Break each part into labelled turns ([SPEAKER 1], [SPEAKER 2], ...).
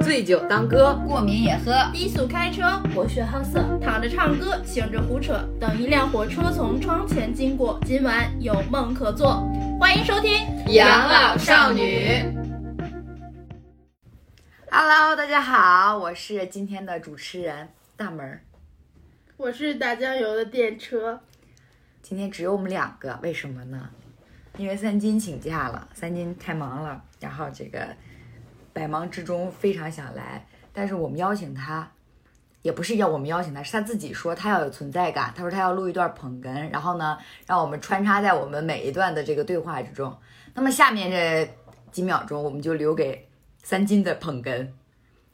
[SPEAKER 1] 醉酒当歌，
[SPEAKER 2] 过敏也喝。
[SPEAKER 3] 低速开车，博学好色，躺着唱歌，醒着胡扯。等一辆火车从窗前经过，今晚有梦可做。欢迎收听《
[SPEAKER 1] 养老少女。
[SPEAKER 2] Hello，大家好，我是今天的主持人大门儿。
[SPEAKER 4] 我是打酱油的电车，
[SPEAKER 2] 今天只有我们两个，为什么呢？因为三金请假了，三金太忙了，然后这个百忙之中非常想来，但是我们邀请他，也不是要我们邀请他，是他自己说他要有存在感，他说他要录一段捧哏，然后呢，让我们穿插在我们每一段的这个对话之中。那么下面这几秒钟，我们就留给三金的捧哏，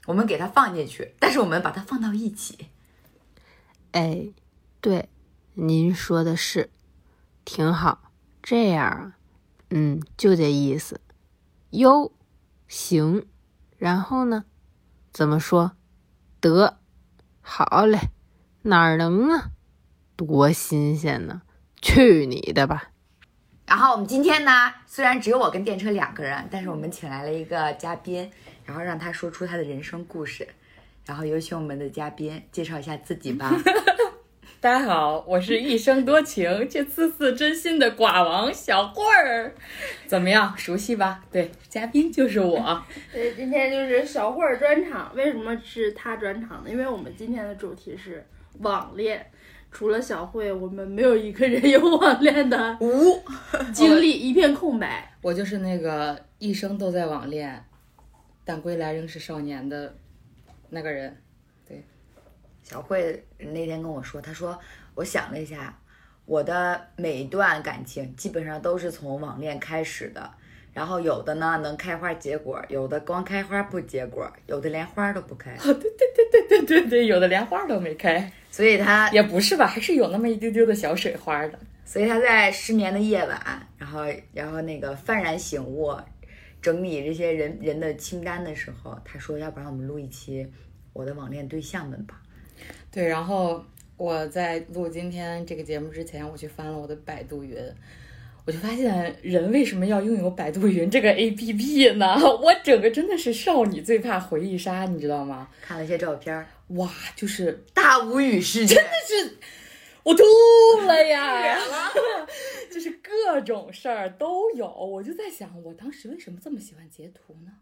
[SPEAKER 2] 我们给他放进去，但是我们把它放到一起。
[SPEAKER 5] 哎，对，您说的是，挺好。这样啊，嗯，就这意思。哟，行。然后呢，怎么说？得，好嘞。哪儿能啊？多新鲜呢！去你的吧！
[SPEAKER 2] 然后我们今天呢，虽然只有我跟电车两个人，但是我们请来了一个嘉宾，然后让他说出他的人生故事。然后有请我们的嘉宾介绍一下自己吧。
[SPEAKER 6] 大家好，我是一生多情却次次真心的寡王小慧儿，怎么样，熟悉吧？对，嘉宾就是我。
[SPEAKER 4] 对，呃今天就是小慧儿专场。为什么是她专场呢？因为我们今天的主题是网恋。除了小慧，我们没有一个人有网恋 的
[SPEAKER 2] 五，
[SPEAKER 4] 经历，一片空白。
[SPEAKER 6] 我就是那个一生都在网恋，但归来仍是少年的那个人。
[SPEAKER 2] 小慧那天跟我说，她说我想了一下，我的每一段感情基本上都是从网恋开始的，然后有的呢能开花结果，有的光开花不结果，有的连花都不开。
[SPEAKER 6] 对 对对对，有的连花都没开，
[SPEAKER 2] 所以她
[SPEAKER 6] 也不是吧，还是有那么一丢丢的小水花的。
[SPEAKER 2] 所以他在失眠的夜晚，然后然后那个幡然醒悟，整理这些人人的清单的时候，他说：“要不然我们录一期我的网恋对象们吧。
[SPEAKER 6] 对，然后我在录今天这个节目之前，我去翻了我的百度云，我就发现人为什么要拥有百度云这个 APP 呢？ 我整个真的是少女最怕回忆杀，你知道吗？”
[SPEAKER 2] 看了一些照片，
[SPEAKER 6] 哇，就是
[SPEAKER 2] 大无语世界。
[SPEAKER 6] 我吐了呀， 就是各种事儿都有。我就在想，我当时为什么这么喜欢截图呢？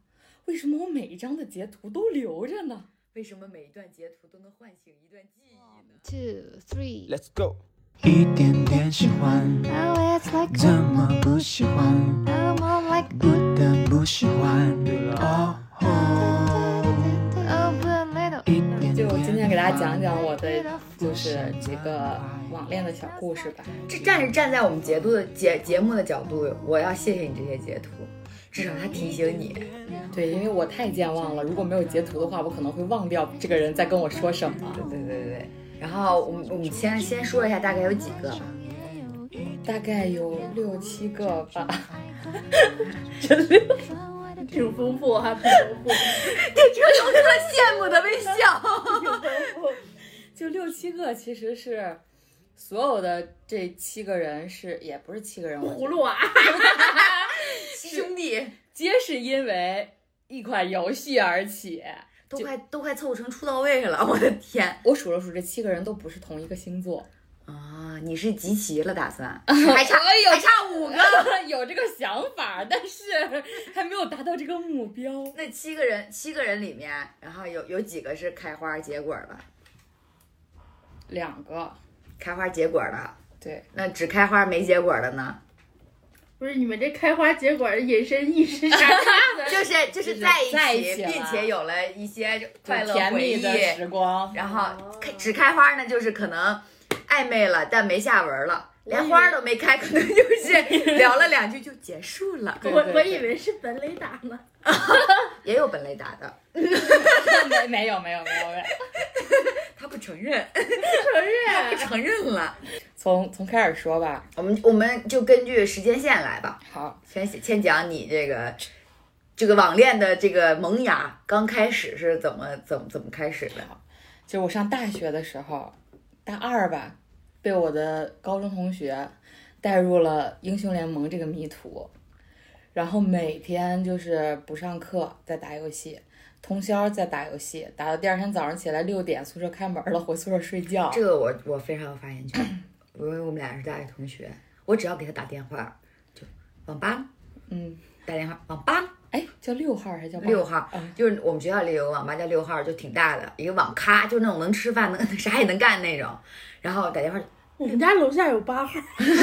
[SPEAKER 6] 为什么我每一张的截图都留着呢？
[SPEAKER 2] 为什么每一段截图都能唤醒一段记忆呢？
[SPEAKER 7] two, three.
[SPEAKER 8] Let's go。一点点喜欢，
[SPEAKER 7] Oh, it's like
[SPEAKER 8] 怎么不喜欢？
[SPEAKER 7] I'm all like
[SPEAKER 8] 不但不喜欢，哦吼。
[SPEAKER 7] over Oh, little.
[SPEAKER 8] 一点点
[SPEAKER 6] 就今天给大家讲讲我的，就是这个网恋的小故事吧。
[SPEAKER 2] 这站是站在我们节度的节节目的角度，我要谢谢你这些截图，至少他提醒你。
[SPEAKER 6] 对，因为我太健忘了，如果没有截图的话，我可能会忘掉这个人在跟我说什么。
[SPEAKER 2] 对对对对。然后我们我们先先说一下大概有几个吧。
[SPEAKER 6] 大概有六七个吧。
[SPEAKER 4] 挺丰富啊，挺丰富。
[SPEAKER 2] 这有他羡慕的微笑。
[SPEAKER 6] 就六七个，其实是所有的这七个人是也不是七个人，我觉得
[SPEAKER 4] 葫芦娃、
[SPEAKER 2] 兄弟，
[SPEAKER 6] 皆是因为一款游戏而起。
[SPEAKER 2] 都快都快凑成出道位了，我的天
[SPEAKER 6] 我数了数，这七个人都不是同一个星座，
[SPEAKER 2] 啊！你是集齐了打 算，还差还差五个，
[SPEAKER 6] 有这个想法，但是 还没有达到这个目标。
[SPEAKER 2] 那七个人七个人里面，然后有有几个是开花结果了？
[SPEAKER 6] 两个，
[SPEAKER 2] 开花结果了，
[SPEAKER 6] 对，
[SPEAKER 2] 那只开花没结果的呢？
[SPEAKER 4] 不是你们这开花结果的隐身意识啥意思？
[SPEAKER 2] 就是就是在一起，
[SPEAKER 6] 在一起了
[SPEAKER 2] 并且有了一些快乐
[SPEAKER 6] 甜
[SPEAKER 2] 回忆
[SPEAKER 6] 蜜的时光。
[SPEAKER 2] 然后开只开花呢，就是可能暧昧了，但没下文了，连花都没开，可能就是聊了两句就结束了。
[SPEAKER 6] 对
[SPEAKER 4] 我
[SPEAKER 6] 对
[SPEAKER 4] 我
[SPEAKER 6] 对
[SPEAKER 4] 以为是本垒打呢。
[SPEAKER 2] 也有本雷达的，
[SPEAKER 6] 没没有没有没有没有，
[SPEAKER 2] 他不承认，
[SPEAKER 4] 承认
[SPEAKER 2] 不承认了。
[SPEAKER 6] 从从开始说吧。
[SPEAKER 2] 我们我们就根据时间线来吧，
[SPEAKER 6] 好，
[SPEAKER 2] 先先讲你这个这个网恋的这个萌芽刚开始是怎么怎么怎么开始的？
[SPEAKER 6] 就我上大学的时候，大二吧，被我的高中同学带入了英雄联盟这个迷途，然后每天就是不上课在打游戏，通宵在打游戏，打到第二天早上起来六点宿舍开门了，回宿舍睡觉
[SPEAKER 2] 这。个我我非常有发言权，因为我们俩是大学同学，我只要给他打电话，就网吧
[SPEAKER 6] 嗯，
[SPEAKER 2] 打电话，网吧
[SPEAKER 6] 哎，叫六号还是叫八
[SPEAKER 2] 六？号
[SPEAKER 6] 嗯，
[SPEAKER 2] 就是我们学校里有个网吧叫六号，就挺大的一个网咖，就那种能吃饭能 啥也能干那种。然后打电话，
[SPEAKER 4] 我们家楼下有八 号，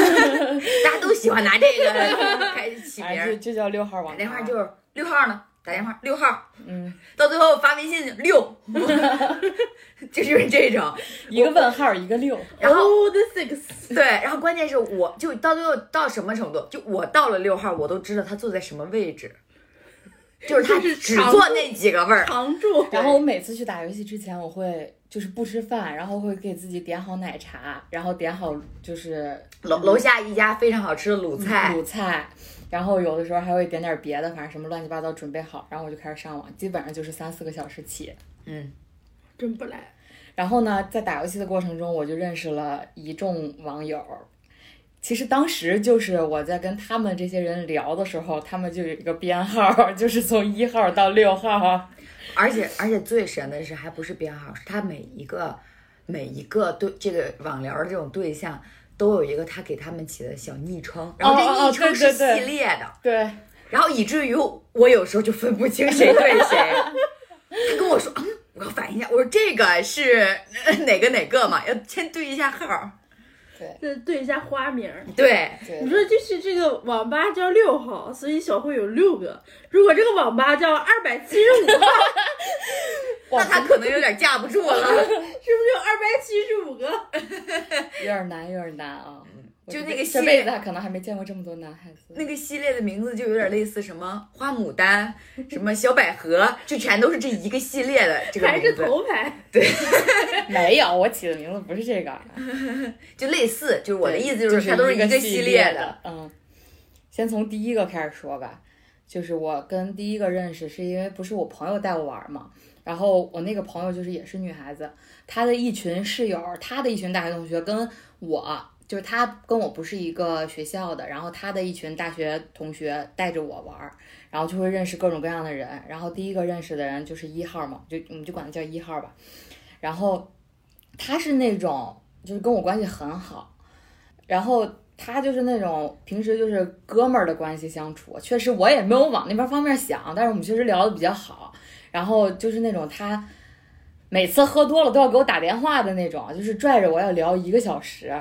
[SPEAKER 2] 大家都喜欢拿这个 开始起名
[SPEAKER 6] 哎，就
[SPEAKER 2] 儿，
[SPEAKER 6] 就叫六号网
[SPEAKER 2] 打
[SPEAKER 6] 咖。
[SPEAKER 2] 电话就是六号呢，打电话六号，
[SPEAKER 6] 嗯，
[SPEAKER 2] 到最后发微信 六， 就是这种。
[SPEAKER 6] 一个问号，一个六。
[SPEAKER 2] 然后
[SPEAKER 4] o the six，
[SPEAKER 2] 对，然后关键是我就到最后到什么程度，就我到了六号，我都知道他坐在什么位置，就是他
[SPEAKER 4] 就是
[SPEAKER 2] 只
[SPEAKER 4] 常
[SPEAKER 2] 坐那几个位儿。
[SPEAKER 4] 常 驻。
[SPEAKER 6] 然后我每次去打游戏之前，我会就是不吃饭，然后会给自己点好奶茶，然后点好就是
[SPEAKER 2] 楼楼下一家非常好吃的鲁菜，
[SPEAKER 6] 嗯卤菜，然后有的时候还会点点别的，反正什么乱七八糟准备好，然后我就开始上网，基本上就是三四个小时起。
[SPEAKER 2] 嗯，
[SPEAKER 4] 真不赖，
[SPEAKER 6] 然后呢，在打游戏的过程中，我就认识了一众网友。其实当时就是我在跟他们这些人聊的时候，他们就有一个编号， 就是从一号到六号。
[SPEAKER 2] 而且而且最神的是，还不是编号，是他每一个每一个对这个网聊的这种对象，都有一个他给他们起的小昵称，然后
[SPEAKER 6] 哦哦
[SPEAKER 2] 这
[SPEAKER 6] 哦
[SPEAKER 2] 昵称
[SPEAKER 6] 对
[SPEAKER 2] 是
[SPEAKER 6] 对
[SPEAKER 2] 系
[SPEAKER 6] 对
[SPEAKER 2] 列的，
[SPEAKER 6] 对，
[SPEAKER 2] 然后以至于我有时候就分不清谁对谁。他跟我说，嗯，我要反应一下，我说这个是呃哪个哪个嘛，要先对一下号。
[SPEAKER 4] 再对一下花名儿。
[SPEAKER 2] 对，
[SPEAKER 4] 你说就是这个网吧叫六号，所以小慧有六个。如果这个网吧叫二百七十 五号，
[SPEAKER 2] 那他可能有点架不住了。
[SPEAKER 4] 是不是有二百七十五个？
[SPEAKER 6] 有点难，有点难啊。我
[SPEAKER 2] 就
[SPEAKER 6] 这
[SPEAKER 2] 那
[SPEAKER 6] 辈
[SPEAKER 2] 个
[SPEAKER 6] 这
[SPEAKER 2] 系
[SPEAKER 6] 辈
[SPEAKER 2] 列
[SPEAKER 6] 子还可能还没见过这么多男孩子。
[SPEAKER 2] 那个系列的名字就有点类似什么花牡丹、什么小百合，就全都是这一个系列的这个
[SPEAKER 4] 还
[SPEAKER 2] 名
[SPEAKER 4] 是
[SPEAKER 2] 字，
[SPEAKER 4] 头牌？
[SPEAKER 6] 没有，我起的名字不是这个。
[SPEAKER 2] 就类似。就是我的
[SPEAKER 6] 对
[SPEAKER 2] 意思就是，它都是一个系列的。。
[SPEAKER 6] 嗯，先从第一个开始说吧，就是我跟第一个认识是因为不是我朋友带我玩嘛，然后我那个朋友就是也是女孩子，她的一群室友，她的一群大学同学跟我。就是她跟我不是一个学校的，然后她的一群大学同学带着我玩儿，然后就会认识各种各样的人。然后第一个认识的人就是一号嘛，就我们就管他叫一号吧。然后他是那种就是跟我关系很好，然后他就是那种平时就是哥们儿的关系相处，确实我也没有往那边方面想，但是我们确实聊得比较好。然后就是那种他每次喝多了都要给我打电话的那种，就是拽着我要聊一个小时。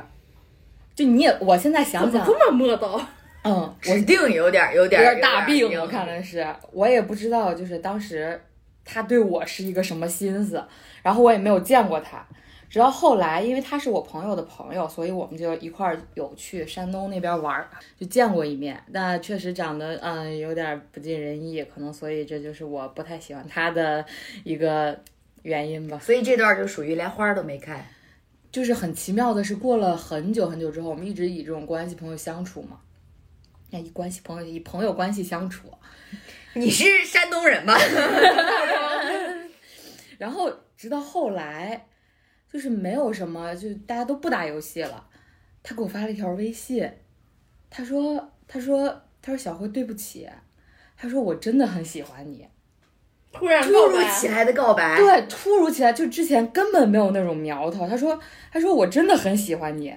[SPEAKER 6] 就你也，我现在
[SPEAKER 4] 怎
[SPEAKER 6] 想
[SPEAKER 4] 么
[SPEAKER 6] 想，
[SPEAKER 4] 这么磨叨？
[SPEAKER 6] 嗯，我
[SPEAKER 2] 指定有点有点
[SPEAKER 6] 有点大病，
[SPEAKER 2] 有
[SPEAKER 6] 我
[SPEAKER 2] 点
[SPEAKER 6] 看的是，我也不知道，就是当时他对我是一个什么心思，然后我也没有见过他，直到后来，因为他是我朋友的朋友，所以我们就一块儿有去山东那边玩儿，就见过一面，但确实长得嗯有点不尽人意，可能所以这就是我不太喜欢他的一个原因吧。
[SPEAKER 2] 所以这段就属于连花儿都没开。
[SPEAKER 6] 就是很奇妙的是，过了很久很久之后，我们一直以这种关系朋友相处嘛，哎，以关系朋友以朋友关系相处，
[SPEAKER 2] 你是山东人吧？
[SPEAKER 6] 然后直到后来，就是没有什么，就大家都不打游戏了。他给我发了一条微信，他说：“他说他说小辉对不起，他说我真的很喜欢你。
[SPEAKER 4] 突然
[SPEAKER 2] 突
[SPEAKER 4] 告
[SPEAKER 2] 如
[SPEAKER 4] 白
[SPEAKER 2] 其，来的告白，
[SPEAKER 6] 对，突如其来，就之前根本没有那种苗头。他说他说我真的很喜欢你。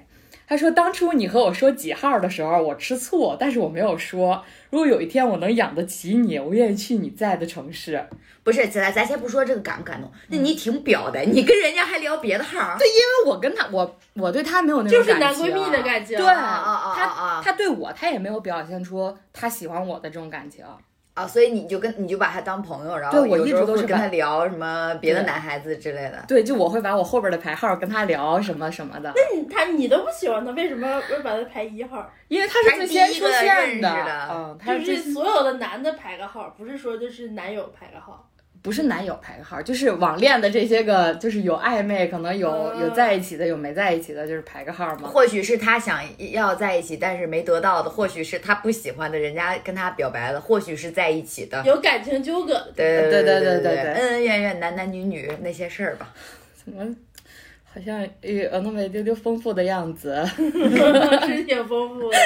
[SPEAKER 6] 他说当初你和我说几号的时候，我吃醋，但是我没有说。如果有一天我能养得起你，我愿意去你在的城市。
[SPEAKER 2] 不是，咱咱先不说这个感不感动，那你挺表的，你跟人家还聊别的号儿，对，
[SPEAKER 6] 因为我跟他，我我对他没有那种
[SPEAKER 4] 就是
[SPEAKER 6] 感
[SPEAKER 4] 男闺蜜的
[SPEAKER 6] 情啊
[SPEAKER 4] 感情。
[SPEAKER 6] 对，
[SPEAKER 2] 啊
[SPEAKER 6] 他
[SPEAKER 2] 啊
[SPEAKER 6] 他对我，他也没有表现出他喜欢我的这种感情。
[SPEAKER 2] 啊，所以你就跟你就把他当朋友，然后
[SPEAKER 6] 对我
[SPEAKER 2] 有
[SPEAKER 6] 一
[SPEAKER 2] 时候
[SPEAKER 6] 直都
[SPEAKER 2] 会
[SPEAKER 6] 是
[SPEAKER 2] 跟
[SPEAKER 6] 把
[SPEAKER 2] 他聊什么别的
[SPEAKER 6] 对
[SPEAKER 2] 男孩子之类的。
[SPEAKER 6] 对，就我会把我后边的排号跟他聊什么什么的，
[SPEAKER 4] 你他你都不喜欢他，为什么要把他排一号？
[SPEAKER 6] 因为他是最先出
[SPEAKER 2] 他是第
[SPEAKER 6] 现
[SPEAKER 2] 一个认识的
[SPEAKER 6] 嗯，他
[SPEAKER 4] 就是
[SPEAKER 6] 最
[SPEAKER 4] 是所有的男的排个号，不是说就是男友排个号。
[SPEAKER 6] 不是男友排号，就是网恋的这些个，就是有暧昧，可能有
[SPEAKER 4] 嗯
[SPEAKER 6] 有在一起的，有没在一起的，就是排个号嘛。
[SPEAKER 2] 或许是他想要在一起，但是没得到的；或许是他不喜欢的，人家跟他表白了；或许是在一起的。
[SPEAKER 4] 有感情纠葛的，
[SPEAKER 2] 对
[SPEAKER 6] 对
[SPEAKER 2] 对
[SPEAKER 6] 对对
[SPEAKER 2] 对
[SPEAKER 6] 对
[SPEAKER 2] 恩恩怨怨，男男女女那些事儿吧。
[SPEAKER 6] 怎么呃好像有有那么一丢丢丰富的样子？
[SPEAKER 4] 是挺丰富的。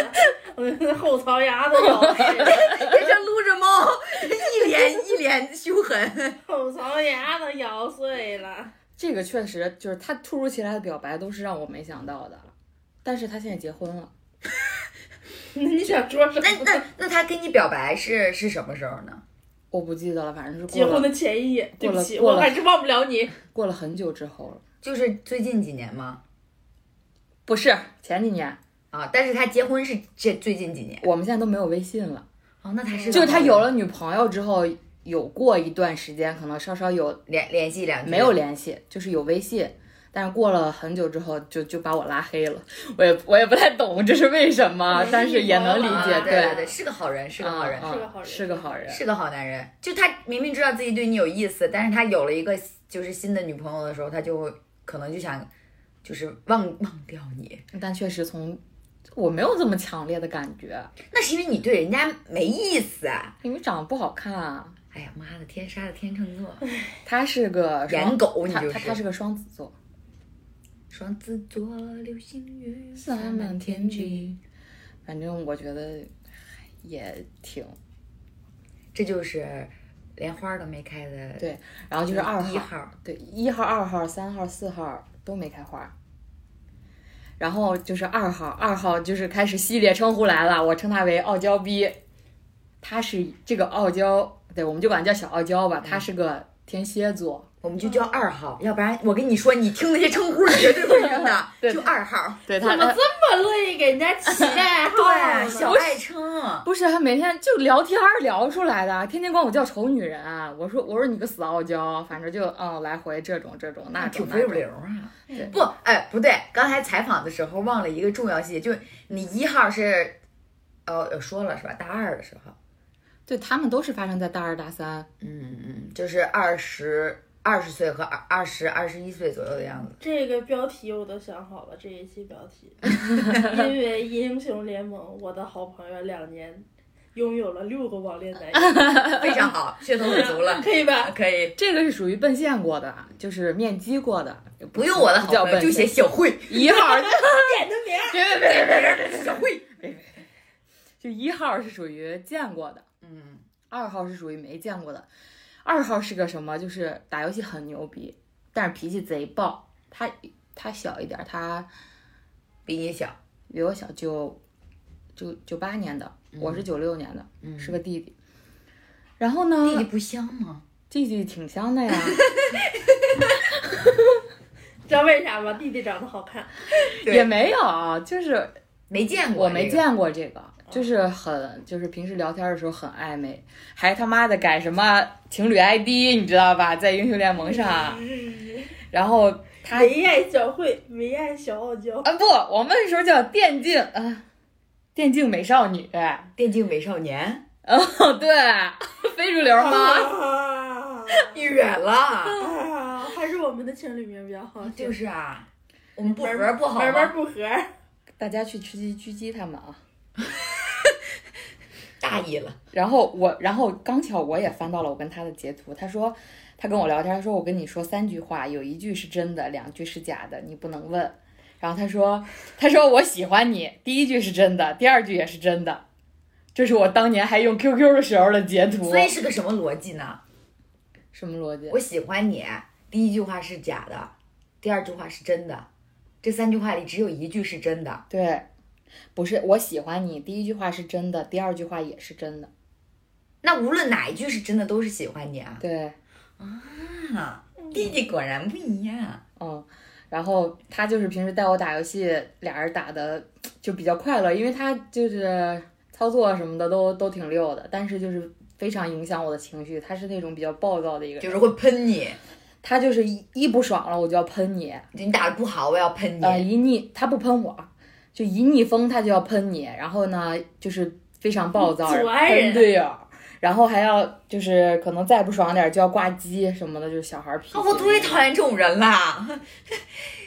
[SPEAKER 4] 我后槽牙都有了，
[SPEAKER 2] 这是撸着猫， 一脸一脸凶狠。
[SPEAKER 4] 后槽牙都咬碎了。
[SPEAKER 6] 这个确实就是他突如其来的表白都是让我没想到的，但是他现在结婚了，
[SPEAKER 4] 那你想说什么？
[SPEAKER 2] 那那那他跟你表白是是什么时候呢？
[SPEAKER 6] 我不记得了，反正是
[SPEAKER 4] 结
[SPEAKER 6] 过
[SPEAKER 4] 婚
[SPEAKER 6] 了
[SPEAKER 4] 的前一夜，对
[SPEAKER 6] 过了
[SPEAKER 4] 不起，
[SPEAKER 6] 过
[SPEAKER 4] 我
[SPEAKER 6] 了
[SPEAKER 4] 还是忘不了你。
[SPEAKER 6] 过了很久之后了，
[SPEAKER 2] 就是最近几年吗？
[SPEAKER 6] 不是前几年，
[SPEAKER 2] 啊，但是他结婚是这最近几年。
[SPEAKER 6] 我们现在都没有微信了，
[SPEAKER 2] 哦，那他是
[SPEAKER 6] 就是他有了女朋友之后，有过一段时间可能稍稍有
[SPEAKER 2] 联联系两句
[SPEAKER 6] 没有联系，就是有微信。但是过了很久之后就，就把我拉黑了，我也我也不太懂这是为什么，但是也能理
[SPEAKER 2] 啊
[SPEAKER 6] 解，
[SPEAKER 2] 对对对，是个好人，是个好人。
[SPEAKER 6] 啊
[SPEAKER 4] 是个好人
[SPEAKER 6] 是个好人，
[SPEAKER 2] 是个好男人，就他明明知道自己对你有意思，但是他有了一个就是新的女朋友的时候，他就会可能就想，就是忘忘掉你。
[SPEAKER 6] 但确实从我没有这么强烈的感觉，
[SPEAKER 2] 那是因为你对人家没意思啊！
[SPEAKER 6] 因为长得不好看啊。
[SPEAKER 2] 哎呀妈的，天杀的天秤座，
[SPEAKER 6] 他是个双
[SPEAKER 2] 颜狗你就是
[SPEAKER 6] 他他他是个双子座，
[SPEAKER 2] 双子座，流星雨
[SPEAKER 6] 洒
[SPEAKER 2] 洒
[SPEAKER 6] 满
[SPEAKER 2] 满
[SPEAKER 6] 天
[SPEAKER 2] 天
[SPEAKER 6] 际
[SPEAKER 2] 际。。
[SPEAKER 6] 反正我觉得唉也挺
[SPEAKER 2] 这就是连花都没开的，
[SPEAKER 6] 对，然后就是二
[SPEAKER 2] 一
[SPEAKER 6] 号，
[SPEAKER 2] 号，
[SPEAKER 6] 对，一号、二号、三号、四号都没开花。然后就是二号，二号就是开始系列称呼来了，我称他为傲娇逼。他是这个傲娇，对，我们就管他叫小傲娇吧。他是个天蝎座，
[SPEAKER 2] 我们就叫二号，要不然我跟你说，你听那些称呼是绝对不行的，
[SPEAKER 6] 对
[SPEAKER 2] 就二号，
[SPEAKER 6] 对呃他
[SPEAKER 4] 怎么这么乐意给人家 起外号呢？
[SPEAKER 2] 对，啊小爱称。
[SPEAKER 6] 不是，他每天就聊天儿聊出来的，天天管我叫丑女人。啊我说我说你个死傲娇，反正就嗯来回这种这种那种
[SPEAKER 2] 挺
[SPEAKER 6] 那
[SPEAKER 2] 非主
[SPEAKER 6] 种。
[SPEAKER 2] 流啊。不，哎，不对，刚才采访的时候忘了一个重要细节，就是你一号是，哦，有说了是吧？大二的时候，
[SPEAKER 6] 对他们都是发生在大二大三，
[SPEAKER 2] 嗯嗯，就是二十二十岁和二二十二十一岁左右的样子。
[SPEAKER 4] 这个标题我都想好了，这一期标 题，因为英雄联盟，我的好朋友两年拥有了六个网恋男友，
[SPEAKER 2] 非常好，血统很足了，
[SPEAKER 4] 可以吧？
[SPEAKER 2] 可 以
[SPEAKER 6] 这个是属于奔现过的，就是面基过的，
[SPEAKER 2] 不用我的好
[SPEAKER 6] 叫
[SPEAKER 2] 朋友，
[SPEAKER 6] 奔
[SPEAKER 2] 就写
[SPEAKER 6] 现
[SPEAKER 2] 小慧，
[SPEAKER 6] 一号，
[SPEAKER 4] 点的名儿，
[SPEAKER 6] 别别别别别别，
[SPEAKER 2] 小慧。
[SPEAKER 6] 就一号是属于见过的，
[SPEAKER 2] 嗯，
[SPEAKER 6] 二号是属于没见过的。二号是个什么？就是打游戏很牛逼，但是脾气贼暴。他他小一点儿，他
[SPEAKER 2] 比你小，
[SPEAKER 6] 比我小九九九八年的，我是九六年的，
[SPEAKER 2] 嗯
[SPEAKER 6] 是个弟弟。然后呢，
[SPEAKER 2] 弟弟不香吗？
[SPEAKER 6] 弟弟挺香的呀，
[SPEAKER 4] 知道为啥吗？弟弟长得好看，
[SPEAKER 2] 对
[SPEAKER 6] 也没有，就是
[SPEAKER 2] 没见过，
[SPEAKER 6] 我没。见过这个，嗯就是很就是平时聊天的时候很暧昧，还他妈的改什么情侣 ID，你知道吧？在英雄联盟上，然后他
[SPEAKER 4] 唯爱小慧，唯爱小傲娇，
[SPEAKER 6] 啊不，我们那时候叫电竞啊，电竞美少女，
[SPEAKER 2] 电竞美少年，
[SPEAKER 6] 哦对，非主流吗？
[SPEAKER 4] 啊
[SPEAKER 2] 远了，
[SPEAKER 4] 啊， 还是我们的情侣名比较好，
[SPEAKER 2] 就是啊，我们不
[SPEAKER 4] 门
[SPEAKER 2] 合不好
[SPEAKER 4] 门门
[SPEAKER 2] 吗？
[SPEAKER 4] 不合，
[SPEAKER 6] 大家去狙击狙击他们啊！
[SPEAKER 2] 大意了，
[SPEAKER 6] 然后我，然后刚巧我也翻到了我跟他的截图，他说他跟我聊天，他说我跟你说三句话，有一句是真的，两句是假的，你不能问。然后他说，他说我喜欢你，第一句是真的，第二句也是真的，这是我当年还用 QQ 的时候的截图
[SPEAKER 2] 所。以是个什么逻辑呢？
[SPEAKER 6] 什么逻辑？啊
[SPEAKER 2] 我喜欢你，第一句话是假的，第二句话是真的，这三句话里只有一句是真的。
[SPEAKER 6] 对，不是我喜欢你，第一句话是真的，第二句话也是真的。
[SPEAKER 2] 那无论哪一句是真的，都是喜欢你啊！
[SPEAKER 6] 对，
[SPEAKER 2] 啊，弟弟果然不一样。
[SPEAKER 6] 嗯，然后他就是平时带我打游戏，俩人打的就比较快乐，因为他就是操作什么的都都挺溜的，但是就是非常影响我的情绪。他是那种比较暴躁的一个人，
[SPEAKER 2] 就是会喷你，
[SPEAKER 6] 他就是一一不爽了我就要喷你，
[SPEAKER 2] 你打的不好，我要喷你。
[SPEAKER 6] 呃，一逆他不喷我，就一逆风他就要喷你，然后呢就是非常暴躁，
[SPEAKER 4] 阻碍人
[SPEAKER 6] 喷队友。然后还要就是可能再不爽点儿就要挂机什么的，就是小孩儿脾气。
[SPEAKER 2] 啊我最讨厌这种人啦！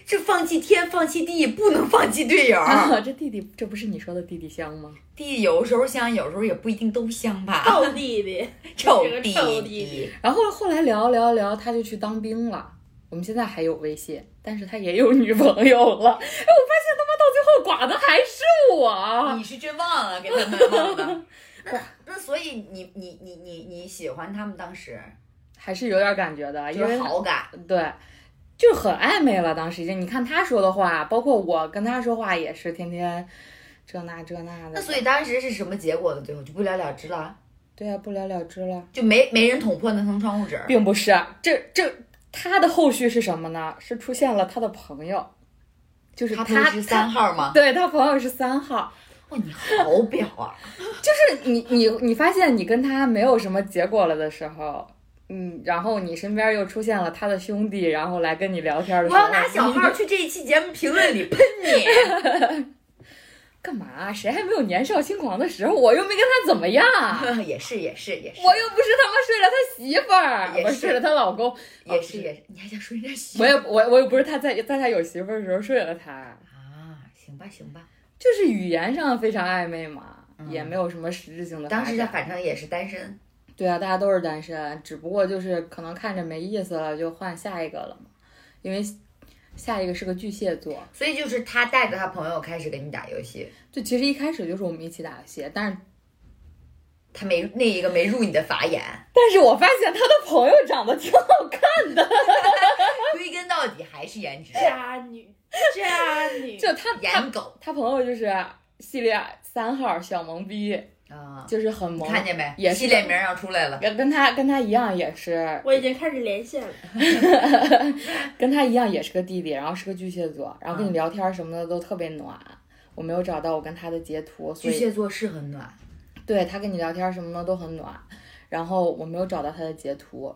[SPEAKER 2] 这放弃天，放弃地，不能放弃队友。
[SPEAKER 6] 啊， 这弟弟，这不是你说的弟弟香吗？
[SPEAKER 2] 弟弟有时候香，有时候也不一定都香吧。
[SPEAKER 4] 臭弟弟，
[SPEAKER 2] 臭
[SPEAKER 4] 这个
[SPEAKER 2] 弟
[SPEAKER 4] 臭弟弟，
[SPEAKER 6] 然后后来聊聊聊，他就去当 兵了。我们现在还有微信，但是他也有女朋友了。哎，我发现他妈到最后寡的还是我。啊
[SPEAKER 2] 你是真忘了给他们忘 了。那那所以你你你你你喜欢他们当时
[SPEAKER 6] 还是有点感觉的，因
[SPEAKER 2] 就
[SPEAKER 6] 为
[SPEAKER 2] 是好感，
[SPEAKER 6] 对，就很暧昧了。当时已经，你看他说的话，包括我跟他说话也是天天这那这那的。
[SPEAKER 2] 那所以当时是什么结果呢？最后就不了了之了，
[SPEAKER 6] 对啊，不了了之了，
[SPEAKER 2] 就没没人捅破那层窗户纸。
[SPEAKER 6] 并不是。这这他的后续是什么呢？是出现了他的朋友，就是
[SPEAKER 2] 他
[SPEAKER 6] 他
[SPEAKER 2] 不是三号吗？
[SPEAKER 6] 对他朋友是三号，
[SPEAKER 2] 哇，你好表啊！
[SPEAKER 6] 就是你你你发现你跟他没有什么结果了的时候，嗯，然后你身边又出现了他的兄弟，然后来跟你聊天的时
[SPEAKER 2] 我
[SPEAKER 6] 候，
[SPEAKER 2] 要拿小
[SPEAKER 6] 你
[SPEAKER 2] 号去这一期节目评论里喷你。
[SPEAKER 6] 干嘛？谁还没有年少轻狂的时候？我又没跟他怎么样，
[SPEAKER 2] 啊也是也是也是，
[SPEAKER 6] 我又不是他妈睡了他媳妇
[SPEAKER 2] 也是
[SPEAKER 6] 儿，我睡了他老公，
[SPEAKER 2] 也是也是，你还想说人家媳妇
[SPEAKER 6] 我也我我又不是他在在他有媳妇儿的时候睡了他，
[SPEAKER 2] 啊？行吧行吧，
[SPEAKER 6] 就是语言上非常暧昧嘛，
[SPEAKER 2] 嗯
[SPEAKER 6] 也没有什么实质性的发展。
[SPEAKER 2] 当时他反正也是单身，
[SPEAKER 6] 对啊，大家都是单身，只不过就是可能看着没意思了，就换下一个了嘛。因为下一个是个巨蟹座，
[SPEAKER 2] 所以就是他带着他朋友开始跟你打游戏，
[SPEAKER 6] 就其实一开始就是我们一起打游戏，但是
[SPEAKER 2] 他没那一个没入你的法眼，
[SPEAKER 6] 但是我发现他的朋友长得挺好看，
[SPEAKER 2] 归根到底还是颜值，
[SPEAKER 4] 渣女，渣 女，
[SPEAKER 6] 就他他
[SPEAKER 2] 颜狗
[SPEAKER 6] 他朋友就是系列三号小萌逼，
[SPEAKER 2] 啊！
[SPEAKER 6] 就是很萌，
[SPEAKER 2] 看见没？
[SPEAKER 6] 也是
[SPEAKER 2] 系列名要出来了，
[SPEAKER 6] 跟跟他跟他一样也是
[SPEAKER 4] 我已经开始连线了。
[SPEAKER 6] 跟他一样也是个弟弟，然后是个巨蟹座，然后
[SPEAKER 2] 嗯
[SPEAKER 6] 跟你聊天什么的都特别暖。我没有找到我跟他的截图，所
[SPEAKER 2] 巨
[SPEAKER 6] 以
[SPEAKER 2] 蟹座是很暖，
[SPEAKER 6] 对他跟你聊天什么的都很暖，然后我没有找到他的截图，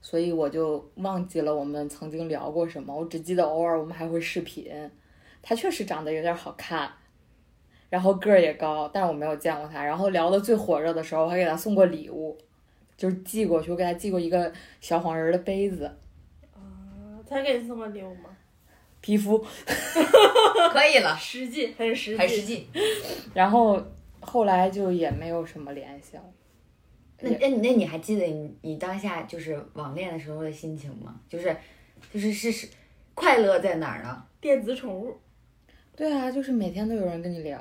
[SPEAKER 6] 所以我就忘记了我们曾经聊过什么，我只记得偶尔我们还会视频。他确实长得有点好看，然后个儿也高，但是我没有见过他。然后聊的最火热的时候，我还给他送过礼物，就是寄过去，我给他寄过一个小黄人儿的杯子、
[SPEAKER 4] 啊，他给你送过礼物吗？
[SPEAKER 6] 皮肤，
[SPEAKER 2] 可以 了，
[SPEAKER 4] 实际还是实
[SPEAKER 2] 还实际。
[SPEAKER 6] 然后后来就也没有什么联系了。
[SPEAKER 2] 那那那你还记得你你当下就是网恋的时候的心情吗？就是就是是是快乐在哪儿呢？
[SPEAKER 4] 电子宠物，
[SPEAKER 6] 对啊，就是每天都有人跟你聊。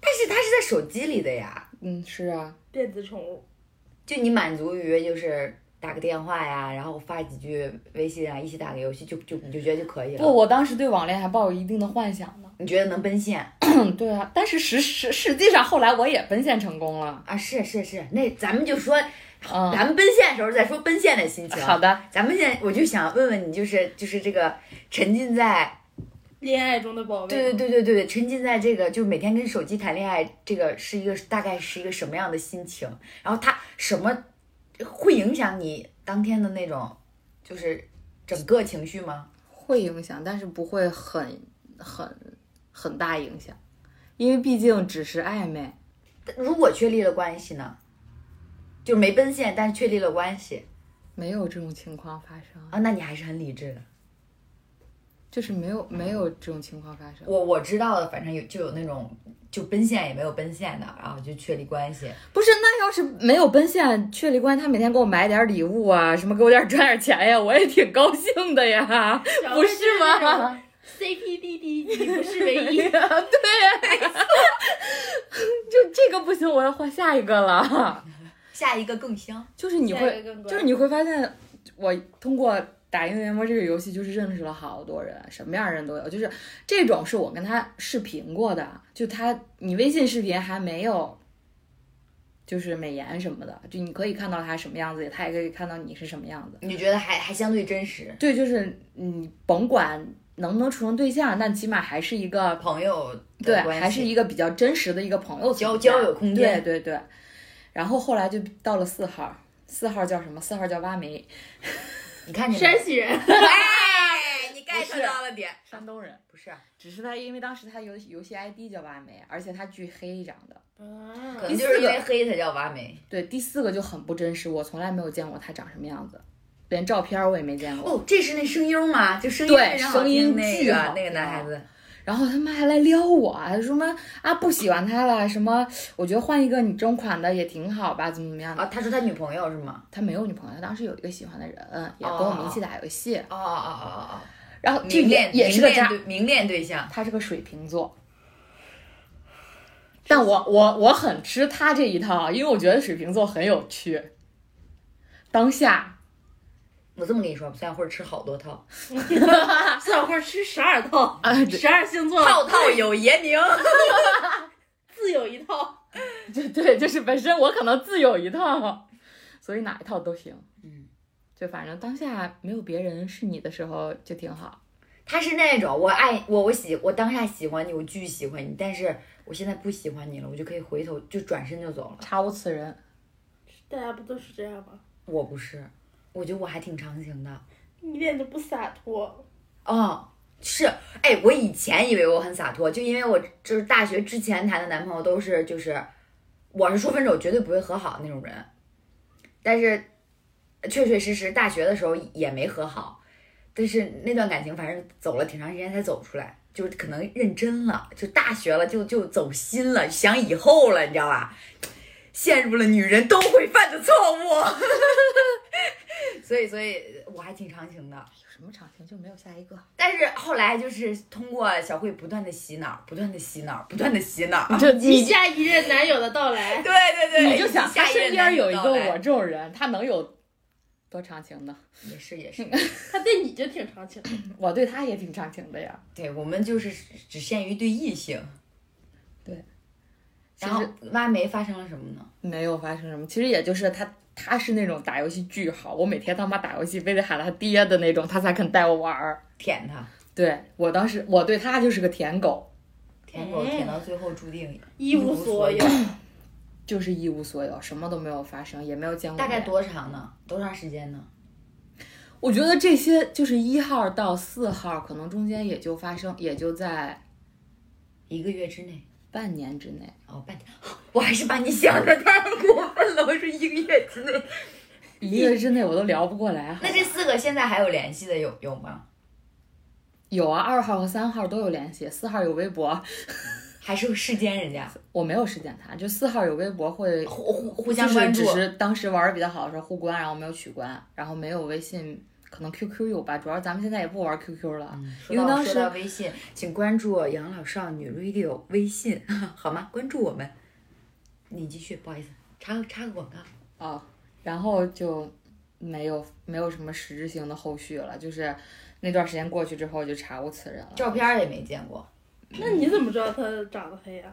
[SPEAKER 2] 但是它是在手机里的呀，
[SPEAKER 6] 嗯，是啊，
[SPEAKER 4] 电子宠物，
[SPEAKER 2] 就你满足于就是打个电话呀，然后发几句微信啊，一起打个游戏，就就你就觉得就可以了。
[SPEAKER 6] 不，我当时对网恋还抱有一定的幻想呢。
[SPEAKER 2] 你觉得能奔现
[SPEAKER 6] 嗯，对啊，但是实实实际上后来我也奔现成功了。
[SPEAKER 2] 啊？是是是，那咱们就说，
[SPEAKER 6] 嗯
[SPEAKER 2] 咱们奔现的时候再说奔现的心情。 啊
[SPEAKER 6] 好，的，
[SPEAKER 2] 咱们现在我就想问问你，就是就是这个沉浸在
[SPEAKER 4] 恋爱中的宝贝。
[SPEAKER 2] 对对对对对，沉浸在这个就是每天跟手机谈恋爱，这个是一个大概是一个什么样的心情？然后它什么会影响你当天的那种，就是整个情绪吗？
[SPEAKER 6] 会影响，但是不会很很很大影响，因为毕竟只是暧昧。
[SPEAKER 2] 如果确立了关系呢，就是没奔现，但是确立了关系
[SPEAKER 6] 没有这种情况发生，
[SPEAKER 2] 啊，那你还是很理智的。
[SPEAKER 6] 就是没有没有这种情况发生。
[SPEAKER 2] 我我知道的，反正有就有那种就奔现也没有奔现的，然后就确立关系。
[SPEAKER 6] 不是，那要是没有奔现确立关系，他每天给我买点礼物啊，什么给我点赚点钱呀，我也挺高兴的呀，不是吗？
[SPEAKER 4] ？CP 弟弟，你不是唯一。
[SPEAKER 6] 就这个不行，我要换下一个了。
[SPEAKER 2] 下一个更香，
[SPEAKER 6] 就是你
[SPEAKER 4] 下一
[SPEAKER 6] 会，
[SPEAKER 4] 个更乖
[SPEAKER 6] 就是你会发现，我通过打英雄联盟这个游戏，就是认识了好多人，什么样的人都有。就是这种是我跟他视频过的，就他你微信视频还没有，就是美颜什么的，就你可以看到他什么样子，他也可以看到你是什么样子。
[SPEAKER 2] 你觉得还还相对真实？
[SPEAKER 6] 对，就是你甭管能不能处成对象，但起码还是一个
[SPEAKER 2] 朋友的
[SPEAKER 6] 对，
[SPEAKER 2] 关
[SPEAKER 6] 还是
[SPEAKER 2] 系
[SPEAKER 6] 一个比较真实的一个朋友
[SPEAKER 2] 交
[SPEAKER 6] 存在
[SPEAKER 2] 交友空间
[SPEAKER 6] 对对对，然后后来就到了四号，四号叫什么？四号叫挖煤，
[SPEAKER 2] 你看见没
[SPEAKER 4] 山西人，
[SPEAKER 2] 哎，你
[SPEAKER 6] 不
[SPEAKER 2] get
[SPEAKER 6] 是
[SPEAKER 2] 到了点，
[SPEAKER 6] 山东人。
[SPEAKER 2] 不是，
[SPEAKER 6] 只是他因为当时他游游戏 ID 叫挖煤，而且他巨黑长得。
[SPEAKER 2] 可
[SPEAKER 4] 啊
[SPEAKER 2] 能呃就是因为黑才叫挖煤。
[SPEAKER 6] 对，第四个就很不真实，我从来没有见过他长什么样子，连照片我也没见过。
[SPEAKER 2] 哦，这是那声音吗？就声音
[SPEAKER 6] 对
[SPEAKER 2] 非常好
[SPEAKER 6] 声音
[SPEAKER 2] 听啊那
[SPEAKER 6] 巨
[SPEAKER 2] 个
[SPEAKER 6] 好
[SPEAKER 2] 那个男
[SPEAKER 6] 听
[SPEAKER 2] 孩子，
[SPEAKER 6] 然后他妈还来撩我，还说什么啊不喜欢他了，什么我觉得换一个你这种款的也挺好吧，怎么怎么样的。
[SPEAKER 2] 啊，他说他女朋友是吗？
[SPEAKER 6] 哦他没有女朋友，他当时有一个喜欢的人，也跟我们一起打游戏。
[SPEAKER 2] 哦哦哦哦哦，
[SPEAKER 6] 然后就
[SPEAKER 2] 明
[SPEAKER 6] 也
[SPEAKER 2] 恋
[SPEAKER 6] 也是个
[SPEAKER 2] 明恋
[SPEAKER 6] 渣
[SPEAKER 2] 对，明恋对象，
[SPEAKER 6] 他是个水瓶座。但我我我很吃他这一套啊，因为我觉得水瓶座很有趣。当下
[SPEAKER 2] 我这么跟你说，三会儿吃好多套，
[SPEAKER 4] 小块吃十二套，
[SPEAKER 6] 啊，这
[SPEAKER 4] 十二星座
[SPEAKER 2] 套套有爷名。
[SPEAKER 4] 自有一套。
[SPEAKER 6] 对对，就是本身我可能自有一套，所以哪一套都行。
[SPEAKER 2] 嗯，
[SPEAKER 6] 就反正当下没有别人是你的时候就挺好。
[SPEAKER 2] 他是那种我爱我我喜我当下喜欢你，我巨喜欢你，但是我现在不喜欢你了，我就可以回头就转身就走了。
[SPEAKER 6] 查无此人，
[SPEAKER 4] 大家不都是这样吗？
[SPEAKER 2] 我不是，我觉得我还挺长情的。
[SPEAKER 4] 一点都不洒脱。
[SPEAKER 2] 哦，是，哎，我以前以为我很洒脱，就因为我就是大学之前谈的男朋友都是就是，我是说分手绝对不会和好那种人，但是确确实实大学的时候也没和好，但是那段感情反正走了挺长时间才走出来，就是可能认真了，就大学了就就走心了，想以后了，你知道吧？陷入了女人都会犯的错误， 所以所以我还挺长情的。
[SPEAKER 6] 有什么场情就没有下一个。
[SPEAKER 2] 但是后来就是通过小慧不断的洗脑，不断的洗脑，不断的洗 脑。
[SPEAKER 6] 就
[SPEAKER 4] 一
[SPEAKER 6] 你
[SPEAKER 4] 下一任男友的到来，
[SPEAKER 2] 对对对，
[SPEAKER 6] 你就想他
[SPEAKER 2] 下一
[SPEAKER 6] 身
[SPEAKER 2] 任
[SPEAKER 6] 边有一
[SPEAKER 2] 男
[SPEAKER 6] 个
[SPEAKER 2] 友
[SPEAKER 6] 我
[SPEAKER 2] 到来
[SPEAKER 6] 这种人，他能有多长情呢？
[SPEAKER 2] 也是也是，
[SPEAKER 4] 他对你就挺长情的。
[SPEAKER 6] 我对他也挺长情的呀。
[SPEAKER 2] 对我们就是只限于对异性。
[SPEAKER 6] 对，
[SPEAKER 2] 然后挖煤发生了什么呢？
[SPEAKER 6] 没有发生什么，其实也就是他他是那种打游戏巨好，我每天他妈打游戏非得喊他爹的那种，他才肯带我玩儿。
[SPEAKER 2] 舔他，
[SPEAKER 6] 对我当时我对他就是个舔狗，
[SPEAKER 2] 舔狗
[SPEAKER 4] 嗯
[SPEAKER 2] 舔到最后注定
[SPEAKER 4] 一无所有，
[SPEAKER 6] 就是一无所有，什么都没有发生，也没有见过
[SPEAKER 2] 大概
[SPEAKER 6] 面
[SPEAKER 2] 多长呢？多长时间呢？
[SPEAKER 6] 我觉得这些就是一号到四号，可能中间也就发生，也就在
[SPEAKER 2] 一个月之内。
[SPEAKER 6] 半年之内，
[SPEAKER 2] 哦，半天， 我还是把你想的太过分了。我说一个月 之内，
[SPEAKER 6] 一个月之内我都聊不过来。好吧
[SPEAKER 2] 那这四个现在还有联系的有有吗？
[SPEAKER 6] 有啊，二号和三号都有联系，四号有微博，
[SPEAKER 2] 还是世间人家
[SPEAKER 6] 我没有事件他，就四号有微博会
[SPEAKER 2] 互互互相关注
[SPEAKER 6] 就是只是当时玩的比较好的时候互关，然后没有取关，然后没有微信，可能 QQ 有吧。主要咱们现在也不玩 QQ 了，因
[SPEAKER 2] 因
[SPEAKER 6] 为
[SPEAKER 2] 为当
[SPEAKER 6] 当
[SPEAKER 2] 时
[SPEAKER 6] 时
[SPEAKER 2] 微信，请关注“养老少女 Radio” 微信， 好吗？关注我们。你继续，不好意思，插个插个广告。
[SPEAKER 6] 哦，然后就没有没有什么实质性的后续了。就是那段时间过去之后，就查无此人了。
[SPEAKER 2] 照片儿也没见过，
[SPEAKER 4] 那你怎么知道他长得黑啊呀、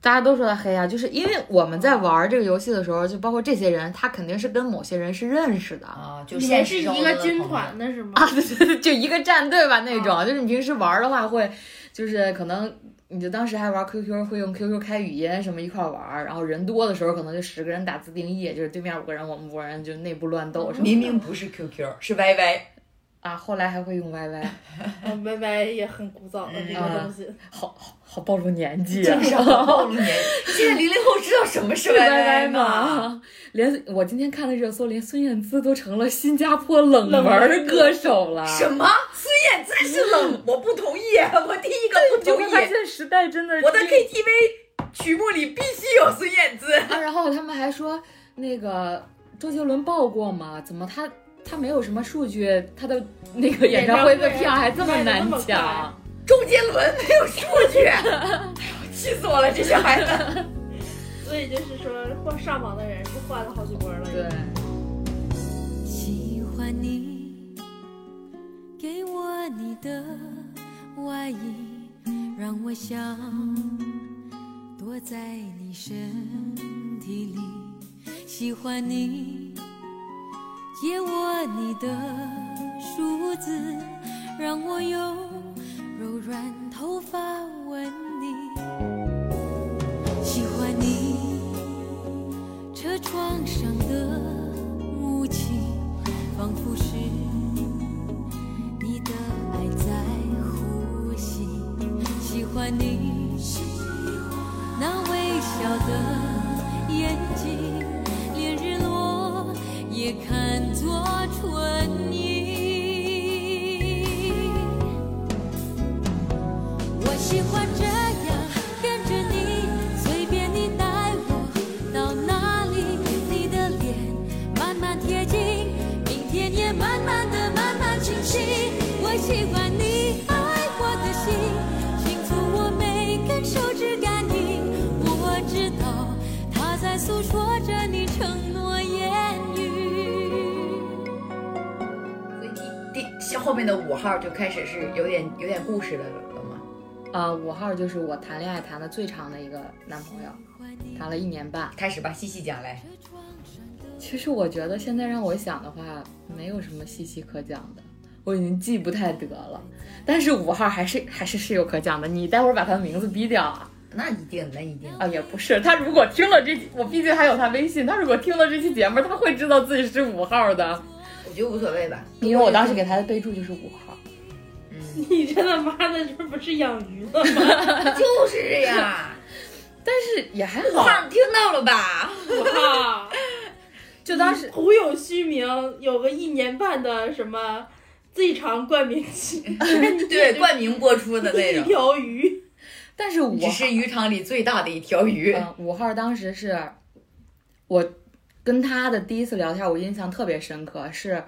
[SPEAKER 6] 大家都说他黑啊，就是因为我们在玩这个游戏的时候，就包括这些人，他肯定是跟某些人是认识的。
[SPEAKER 2] 啊，就
[SPEAKER 4] 你们
[SPEAKER 2] 现
[SPEAKER 4] 是
[SPEAKER 2] 实
[SPEAKER 4] 一
[SPEAKER 2] 生活
[SPEAKER 4] 个
[SPEAKER 2] 中的
[SPEAKER 4] 军
[SPEAKER 2] 朋友
[SPEAKER 4] 团的是吗？
[SPEAKER 6] 啊，对对对，就一个战队吧那种，就是你平时玩的话会，就是可能你就当时还玩 QQ，会用 QQ 开语音什么一块玩，然后人多的时候可能就十个人打自定义，就是对面五个人，我们五个人就内部乱斗什么的
[SPEAKER 2] 明明不是 QQ，是 YY。
[SPEAKER 6] 啊，后来还会用 YY，
[SPEAKER 4] 啊歪歪也很古早的这个东西，
[SPEAKER 6] 好好好暴露年纪、啊，
[SPEAKER 2] 真 是好暴露年纪。现在零零后知道什么是
[SPEAKER 6] YY
[SPEAKER 2] 吗？
[SPEAKER 6] 吗？连我今天看的热搜，连孙燕姿都成了新加坡冷门歌手了。
[SPEAKER 2] 什么？孙燕姿是冷？我不同意，我第一个不
[SPEAKER 6] 你就
[SPEAKER 2] 同
[SPEAKER 6] 会
[SPEAKER 2] 意
[SPEAKER 6] 发。现时代真的
[SPEAKER 2] 我的
[SPEAKER 6] 进
[SPEAKER 2] KTV 曲目里必须有孙燕姿。
[SPEAKER 6] 啊，然后他们还说那个周杰伦爆过吗？怎么他他没有什么数据，他的那个演唱会的票还这么难
[SPEAKER 4] 卖得这么
[SPEAKER 6] 抢？
[SPEAKER 2] 周杰伦没有数据，哎呦，气死我了！这小孩子，
[SPEAKER 4] 所以就是说换上网的人是换了好几波了。
[SPEAKER 6] 对，
[SPEAKER 1] 喜欢你，给我你的外衣，让我想躲在你身体里。喜欢你，借我你的梳子，让我用柔软头发吻你。喜欢你。车窗上的雾气，仿佛是你的爱在呼吸。喜欢你，那微笑的眼睛，连日落也看作春意。我喜欢这样跟着你，随便你带我到哪里，你的脸慢慢贴近，明天也慢慢的慢慢清晰。我喜欢你，
[SPEAKER 2] 后面的五号就开始是有点有点故事的了吗？
[SPEAKER 6] 呃，五号就是我谈恋爱谈的最长的一个男朋友，谈了一年半。
[SPEAKER 2] 开始吧，细细讲来。
[SPEAKER 6] 其实我觉得现在让我想的话，没有什么细细可讲的，我已经记不太得了。但是五号还是还是是有可讲的，你待会儿把他的名字逼掉啊。
[SPEAKER 2] 那一定，那一定。
[SPEAKER 6] 啊，也不是，他如果听了这期，我毕竟还有他微信，他如果听了这期节目，他会知道自己是五号的，
[SPEAKER 2] 我觉得无所谓吧。
[SPEAKER 6] 因为我当时给他的备注就是五号。
[SPEAKER 4] 你这他妈的这不是养鱼 了吗？
[SPEAKER 2] 就是 呀，
[SPEAKER 6] 但是也还好，
[SPEAKER 2] 胖听到了吧？
[SPEAKER 4] 啊
[SPEAKER 6] 就当时
[SPEAKER 4] 徒有虚名，有个一年半的什么最长冠名期，
[SPEAKER 2] 对，冠名播出的那
[SPEAKER 4] 一
[SPEAKER 2] 种，
[SPEAKER 4] 条鱼，
[SPEAKER 6] 但是五
[SPEAKER 2] 只
[SPEAKER 6] 号，
[SPEAKER 2] 是渔场里最大的一条鱼。
[SPEAKER 6] 嗯，五号当时是我跟他的第一次聊天，我印象特别深刻，是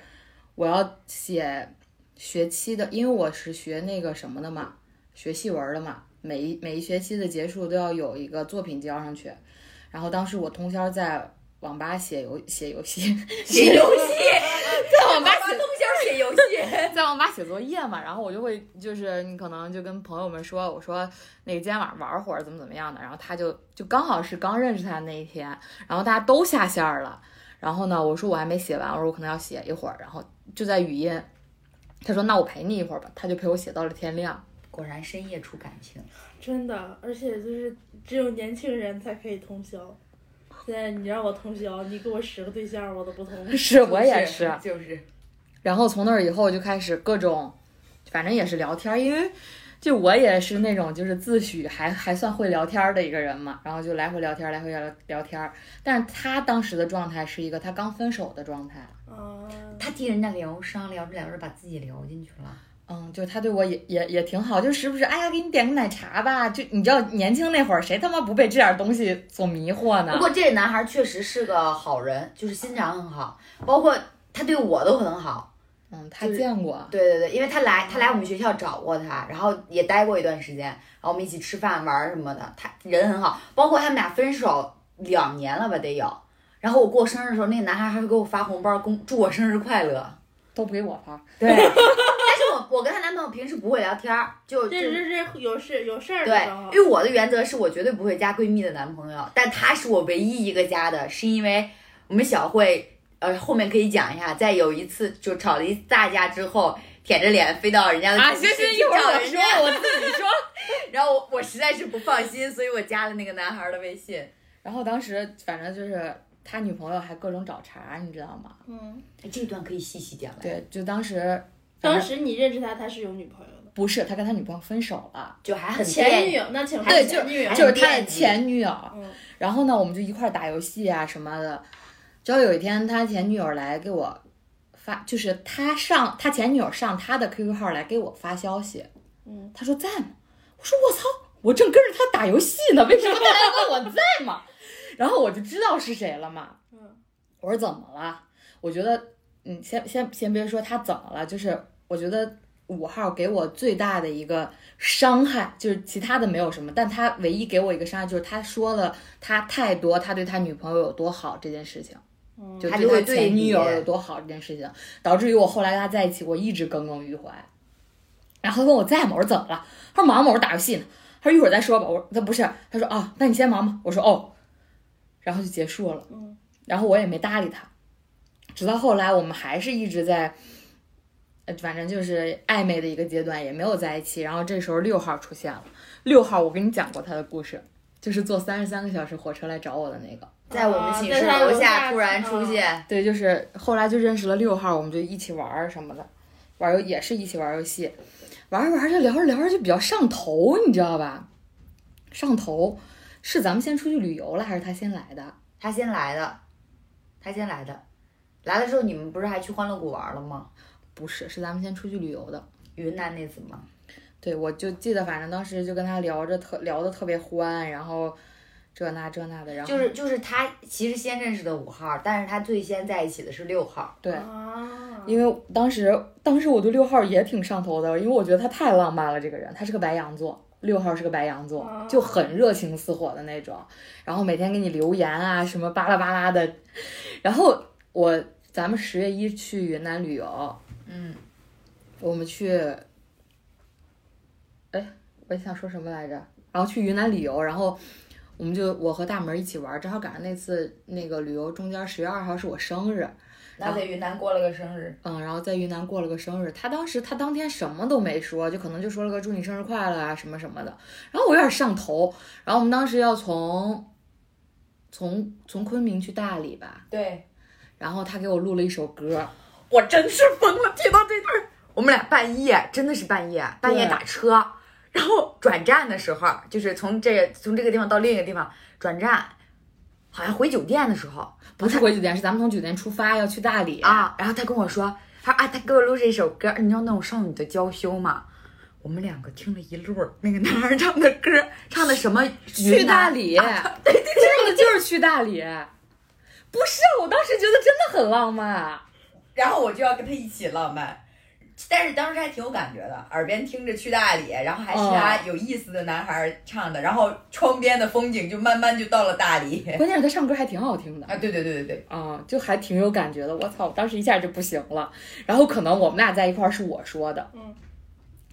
[SPEAKER 6] 我要写学期的，因为我是学那个什么的嘛，学戏文的嘛，每一每一学期的结束都要有一个作品交上去，然后当时我通宵在网吧写游写游戏，
[SPEAKER 2] 写游戏，
[SPEAKER 6] 在网吧
[SPEAKER 2] 爸爸
[SPEAKER 6] 写
[SPEAKER 2] 通宵写 游戏。
[SPEAKER 6] 在网吧写作业嘛，然后我就会就是你可能就跟朋友们说，我说那个今天晚上玩会儿怎么怎么样的，然后他就就刚好是刚认识他那一天，然后大家都下线儿了，然后呢我说我还没写完，我说我可能要写一会儿，然后就在语音，他说那我陪你一会儿吧，他就陪我写到了天亮。
[SPEAKER 2] 果然深夜出感情，
[SPEAKER 4] 真的，而且就是只有年轻人才可以通宵。现在你让我通宵，你给我十个对象我都不通。
[SPEAKER 6] 是我也是，
[SPEAKER 2] 就是
[SPEAKER 6] 然后从那儿以后就开始各种，反正也是聊天儿，因为就我也是那种就是自诩还还算会聊天儿的一个人嘛，然后就来回聊天儿，来回聊聊天儿。但是他当时的状态是一个他刚分手的状态，
[SPEAKER 4] 啊，
[SPEAKER 2] 他替人家疗伤，聊着聊着把自己聊进去了。
[SPEAKER 6] 嗯，就是他对我也也也挺好，就时不时哎呀给你点个奶茶吧，就你知道年轻那会儿谁他妈不被这点东西所迷惑呢
[SPEAKER 2] 不？过这男孩确实是个好人，就是心肠很好，包括他对我都很好。
[SPEAKER 6] 嗯，他见过，
[SPEAKER 2] 对对对，因为他来他来我们学校找过他，然后也待过一段时间，然后我们一起吃饭玩儿什么的，他人很好。包括他们俩分手两年了吧，得有。然后我过生日的时候，那个男孩还会给我发红包，恭祝我生日快乐。
[SPEAKER 6] 都不给我发。
[SPEAKER 2] 对， 但是我我跟她男朋友平时不会聊天儿，就就
[SPEAKER 4] 这这这有事有事儿的
[SPEAKER 2] 对
[SPEAKER 4] 时候，
[SPEAKER 2] 因为我的原则是我绝对不会加闺蜜的男朋友，但他是我唯一一个加的，是因为我们小慧，呃，后面可以讲一下，在有一次就吵了一大架之后，舔着脸飞到人家的
[SPEAKER 6] 啊，
[SPEAKER 2] 寝
[SPEAKER 6] 行
[SPEAKER 2] 室
[SPEAKER 6] 行，
[SPEAKER 2] 去
[SPEAKER 6] 一会儿
[SPEAKER 2] 找
[SPEAKER 6] 我
[SPEAKER 2] 人
[SPEAKER 6] 说
[SPEAKER 2] 家，
[SPEAKER 6] 我自己说。
[SPEAKER 2] 然后我我实在是不放心，所以我加了那个男孩的微信，
[SPEAKER 6] 然后当时反正就是他女朋友还各种找茬，你知道吗？
[SPEAKER 4] 嗯，
[SPEAKER 2] 哎这段可以细细讲来，
[SPEAKER 6] 对，就当时
[SPEAKER 4] 当时你认识他，他是有女朋友的，
[SPEAKER 6] 不是他跟他女朋友分手了，
[SPEAKER 2] 就还很
[SPEAKER 4] 前
[SPEAKER 2] 别
[SPEAKER 4] 女
[SPEAKER 2] 扭。
[SPEAKER 4] 友，那请问
[SPEAKER 6] 对，就
[SPEAKER 4] 前女友
[SPEAKER 6] 就是他的前女友。
[SPEAKER 4] 嗯
[SPEAKER 6] 然后呢，我们就一块儿打游戏啊什么的。直到有一天，他前女友来给我发，就是他上他前女友上他的 QQ 号来给我发消息，
[SPEAKER 4] 嗯，
[SPEAKER 6] 他说在吗？我说我操，我正跟着他打游戏呢，为 什么他来问我在吗？然后我就知道是谁了嘛。
[SPEAKER 4] 嗯
[SPEAKER 6] 我说怎么了？我觉得，嗯，先先先别说他怎么了，就是我觉得五号给我最大的一个伤害，就是其他的没有什么，但他唯一给我一个伤害就是他说了他太多，他对他女朋友有多好这件事情，
[SPEAKER 4] 嗯
[SPEAKER 6] 就
[SPEAKER 2] 他
[SPEAKER 6] 对
[SPEAKER 2] 就会
[SPEAKER 6] 他
[SPEAKER 2] 对
[SPEAKER 6] 前女
[SPEAKER 2] 你
[SPEAKER 6] 友有多好这件事情，导致于我后来跟他在一起，我一直耿耿于怀。然后他问我在吗？我说怎么了？他说忙吗？我说打游戏呢。他说一会儿再说吧。我说他不是，他说啊，那你先忙吧。我说哦，然后就结束了。
[SPEAKER 4] 嗯，
[SPEAKER 6] 然后我也没搭理他，直到后来我们还是一直在，呃，反正就是暧昧的一个阶段，也没有在一起。然后这时候六号出现了，六号我跟你讲过他的故事，就是坐三十三个小时火车来找我的那个。
[SPEAKER 2] 在我们寝
[SPEAKER 4] 啊
[SPEAKER 2] 室
[SPEAKER 4] 在他
[SPEAKER 2] 楼
[SPEAKER 4] 楼
[SPEAKER 2] 下
[SPEAKER 4] 下
[SPEAKER 2] 突然出现，
[SPEAKER 6] 对，就是后来就认识了六号，我们就一起玩儿什么的，玩儿游也是一起玩儿游戏，玩儿着玩儿着聊着聊着就比较上头，你知道吧？上头是咱们先出去旅游了，还是他先来的？
[SPEAKER 2] 他先来的，他先来的，来的时候你们不是还去欢乐谷玩了吗？
[SPEAKER 6] 不是，是咱们先出去旅游的。
[SPEAKER 2] 云南那次吗？
[SPEAKER 6] 对，我就记得，反正当时就跟他聊着特聊的特别欢，然后这那这那的，然后
[SPEAKER 2] 就是就是他其实先认识的五号，但是他最先在一起的是六号。
[SPEAKER 6] 对，
[SPEAKER 4] 啊，
[SPEAKER 6] 因为当时当时我对六号也挺上头的，因为我觉得他太浪漫了，这个人，他是个白羊座，六号是个白羊座，
[SPEAKER 2] 哦
[SPEAKER 6] 就很热情似火的那种，然后每天给你留言啊什么巴拉巴拉的， 然后我咱们十月一去云南旅游，
[SPEAKER 2] 嗯，
[SPEAKER 6] 我们去，哎，我想说什么来着？然后去云南旅游，然后我们就我和大门一起玩，正好赶上那次那个旅游中间十月二号是我生日，
[SPEAKER 2] 然后在云南过了个生日，
[SPEAKER 6] 嗯，然后在云南过了个生日。他当时他当天什么都没说，就可能就说了个祝你生日快乐啊什么什么的。然后我有点上头，然后我们当时要从从从昆明去大理吧，
[SPEAKER 2] 对
[SPEAKER 6] 然后他给我录了一首歌，
[SPEAKER 2] 我真是疯了，听到这段儿，我们俩半夜真的是半夜半夜
[SPEAKER 6] 对
[SPEAKER 2] 打车，然后转站的时候，就是从这从这个地方到另一个地方转站，好像回酒店的时候，
[SPEAKER 6] 不是回酒店，是咱们从酒店出发要去大理。
[SPEAKER 2] 啊，然后他跟我说，他说啊，他给我录这首歌，你知道那种少女的娇羞吗？我们两个听了一路儿那个男孩唱的歌，唱的什么
[SPEAKER 6] 去
[SPEAKER 2] 云
[SPEAKER 6] 大
[SPEAKER 2] 南啊
[SPEAKER 6] 理，对对对，的就是去大理。不是，我当时觉得真的很浪漫。
[SPEAKER 9] 然后我就要跟他一起浪漫。但是当时还挺有感觉的，耳边听着去大理，然后还是他有意思的男孩唱的，然后窗边的风景就慢慢就到了大理。
[SPEAKER 6] 关键是他唱歌还挺好听的
[SPEAKER 9] 啊，对对对对对，
[SPEAKER 6] 啊、就还挺有感觉的。我操，我当时一下就不行了。然后可能我们俩在一块儿是我说的，
[SPEAKER 4] 嗯，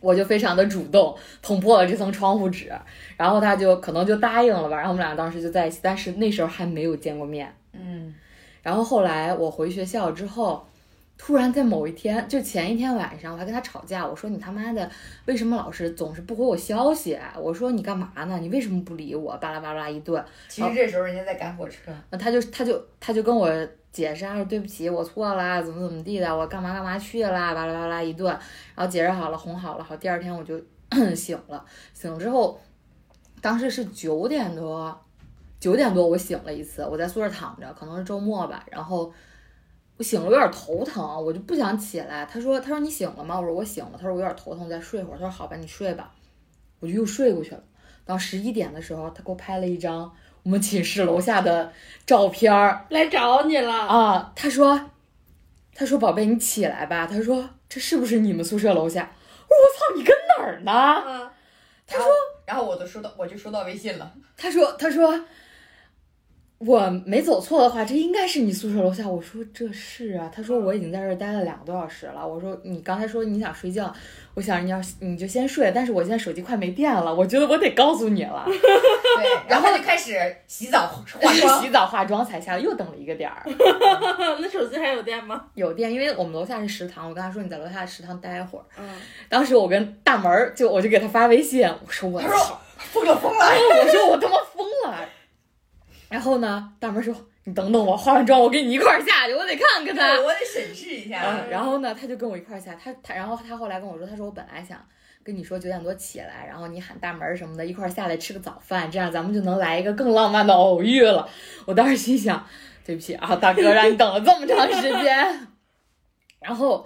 [SPEAKER 6] 我就非常的主动捅破了这层窗户纸，然后他就可能就答应了吧。然后我们俩当时就在一起，但是那时候还没有见过面。
[SPEAKER 9] 嗯，
[SPEAKER 6] 然后后来我回学校之后，突然在某一天，就前一天晚上，我还跟他吵架，我说你他妈的为什么老是总是不回我消息？啊我说你干嘛呢？你为什么不理我？巴拉巴拉一顿。
[SPEAKER 9] 其实这时候人家在赶火车，
[SPEAKER 6] 那他就他就他就跟我解释啊，对不起，我错啦，怎么怎么地的，我干嘛干嘛去啦，巴拉巴拉一顿，然后解释好了，哄好了，好，第二天我就 醒了，醒了之后，当时是九点多，九点多我醒了一次，我在宿舍躺着，可能是周末吧，然后。我醒了，有点头疼，我就不想起来。他说：“他说你醒了吗？”我说：“我醒了。”他说：“我有点头疼，再睡一会儿。”他说：“好吧，你睡吧。”我就又睡过去了。到十一点的时候，他给我拍了一张我们寝室楼下的照片儿
[SPEAKER 4] 来找你了，
[SPEAKER 6] 啊。他说：“他说宝贝，你起来吧。”他说：“这是不是你们宿舍楼下？”我说：“我操，你跟哪儿呢
[SPEAKER 4] 嗯，
[SPEAKER 9] 他说，然后我都收到，我就收到微信了，？”
[SPEAKER 6] 他说：“他说。”我没走错的话，这应该是你宿舍楼下。我说这是啊，他说我已经在这儿待了两个多小时了。我说你刚才说你想睡觉，我想你要你就先睡，但是我现在手机快没电了，我觉得我得告诉你了。
[SPEAKER 9] 对，然后就开始洗澡化妆，
[SPEAKER 6] 洗澡化妆才下，又等了一个点儿。
[SPEAKER 4] 那手机还有电吗？
[SPEAKER 6] 有店，因为我们楼下是食堂，我跟他说你在楼下食堂待一会儿。
[SPEAKER 4] 嗯，
[SPEAKER 6] 当时我跟大门儿就我就给他发微信，我说我
[SPEAKER 9] 他
[SPEAKER 6] 操，
[SPEAKER 9] 说疯了疯了，
[SPEAKER 6] 我说我他妈疯了。然后呢，大门儿说你等等我，化完妆我跟你一块儿下去，我得看看他。
[SPEAKER 9] 我得审视一下，
[SPEAKER 6] 嗯，然后呢，他就跟我一块儿下，他他，然后他后来跟我说，他说我本来想跟你说九点多起来，然后你喊大门儿什么的，一块儿下来吃个早饭，这样咱们就能来一个更浪漫的偶遇了。我当时心想，对不起啊，大哥，让你等了这么长时间。 然后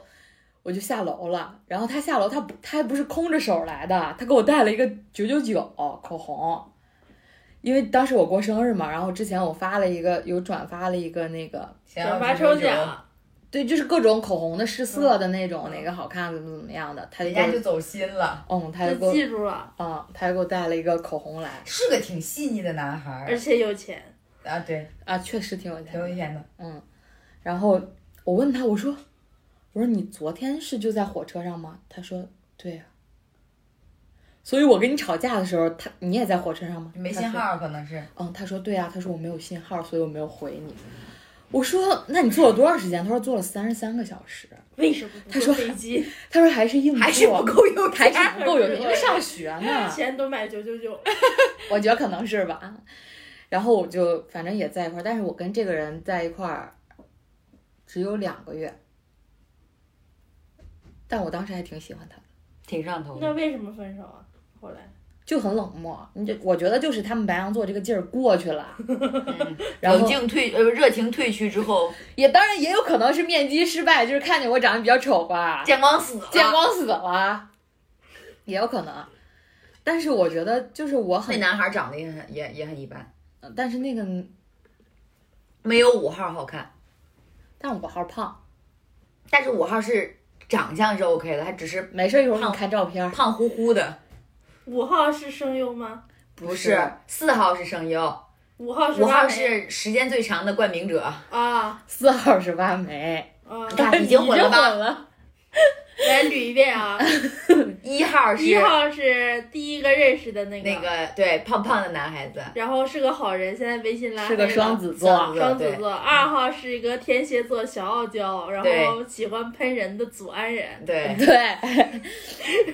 [SPEAKER 6] 我就下楼了，然后他下楼，他不，他还不是空着手来的，他给我带了一个九九九口红。因为当时我过生日嘛，然后之前我发了一个，有转发了一个那个
[SPEAKER 9] 想要
[SPEAKER 4] 转发抽
[SPEAKER 9] 九九九，
[SPEAKER 4] 奖，
[SPEAKER 6] 对，就是各种口红的试色的那种，哪个好看，怎么怎么样的，他就
[SPEAKER 9] 嗯人
[SPEAKER 6] 给
[SPEAKER 9] 家
[SPEAKER 6] 我，
[SPEAKER 9] 就走心了，
[SPEAKER 6] 嗯，他就给
[SPEAKER 4] 就
[SPEAKER 6] 我，
[SPEAKER 4] 记住了，
[SPEAKER 6] 嗯，他就给我带了一个口红来，
[SPEAKER 9] 是个挺细腻的男孩
[SPEAKER 2] 嗯
[SPEAKER 4] 而
[SPEAKER 9] 儿
[SPEAKER 4] 且有钱，
[SPEAKER 9] 啊，对，
[SPEAKER 6] 啊，确实挺有
[SPEAKER 9] 挺有
[SPEAKER 6] 钱。
[SPEAKER 9] 钱的，
[SPEAKER 6] 然后我问他，我说，我说你昨天是就在火车上吗？他说，对呀、啊所以我跟你吵架的时候，他你也在火车上吗？
[SPEAKER 9] 没
[SPEAKER 6] 他
[SPEAKER 9] 信
[SPEAKER 6] 说
[SPEAKER 9] 号可能是，
[SPEAKER 6] 嗯，他说对呀、他说我没有信号，所以我没有回你。
[SPEAKER 9] 嗯
[SPEAKER 6] 我说那你坐了多长时间？他说坐了三十三个小时。
[SPEAKER 4] 为什么不
[SPEAKER 6] 他
[SPEAKER 4] 坐
[SPEAKER 6] 说
[SPEAKER 4] 飞机？
[SPEAKER 6] 他说还是硬座，
[SPEAKER 9] 还是不够有
[SPEAKER 6] 还
[SPEAKER 9] 钱，
[SPEAKER 6] 是 不够有钱，因为上学呢。
[SPEAKER 4] 钱都买九九九，
[SPEAKER 6] 我觉得可能是吧。然后我就反正也在一块儿，但是我跟这个人在一块儿只有两个月，但我当时还挺喜欢他的，
[SPEAKER 5] 挺 上头
[SPEAKER 4] 那
[SPEAKER 5] 的。
[SPEAKER 4] 为什么分手啊？后来
[SPEAKER 6] 就很冷漠。你就我觉得就是他们白羊座这个劲儿过去了，然
[SPEAKER 5] 冷
[SPEAKER 6] 后
[SPEAKER 5] 静退呃热情退去之后，
[SPEAKER 6] 也当然也有可能是面基失败，就是看见我长得比较丑吧，
[SPEAKER 5] 见光死了。
[SPEAKER 6] 见光死了，也有可能。但是我觉得就是我
[SPEAKER 9] 那
[SPEAKER 6] 很，
[SPEAKER 9] 男孩长得也很也也很一般，
[SPEAKER 6] 但是那个，
[SPEAKER 9] 没有五号好看，
[SPEAKER 6] 但我号胖，
[SPEAKER 9] 但是五号是长相是 OK 的，他只是
[SPEAKER 6] 没事儿一会儿给你看照片儿，
[SPEAKER 9] 胖乎乎的，
[SPEAKER 4] 五号是声优吗？
[SPEAKER 9] 不是四号是声优，
[SPEAKER 4] 五号是
[SPEAKER 9] 五
[SPEAKER 4] 挖
[SPEAKER 9] 号
[SPEAKER 4] 煤
[SPEAKER 9] 是时间最长的冠名者，
[SPEAKER 4] 啊
[SPEAKER 6] 四号是挖煤。
[SPEAKER 4] 啊
[SPEAKER 9] 你看已经混了吧？
[SPEAKER 6] 了。
[SPEAKER 4] 来捋一遍啊。
[SPEAKER 2] 一号是
[SPEAKER 4] 一号是第一个认识的那个，
[SPEAKER 2] 那个对胖胖的男孩子，
[SPEAKER 4] 然后是个好人，现在微信拉黑
[SPEAKER 6] 是个
[SPEAKER 4] 了
[SPEAKER 6] 双子座，
[SPEAKER 4] 双
[SPEAKER 2] 对
[SPEAKER 4] 子座。二号是一个天蝎座小傲娇，然后
[SPEAKER 2] 对
[SPEAKER 4] 喜欢喷人的祖安人。
[SPEAKER 2] 对，
[SPEAKER 6] 对，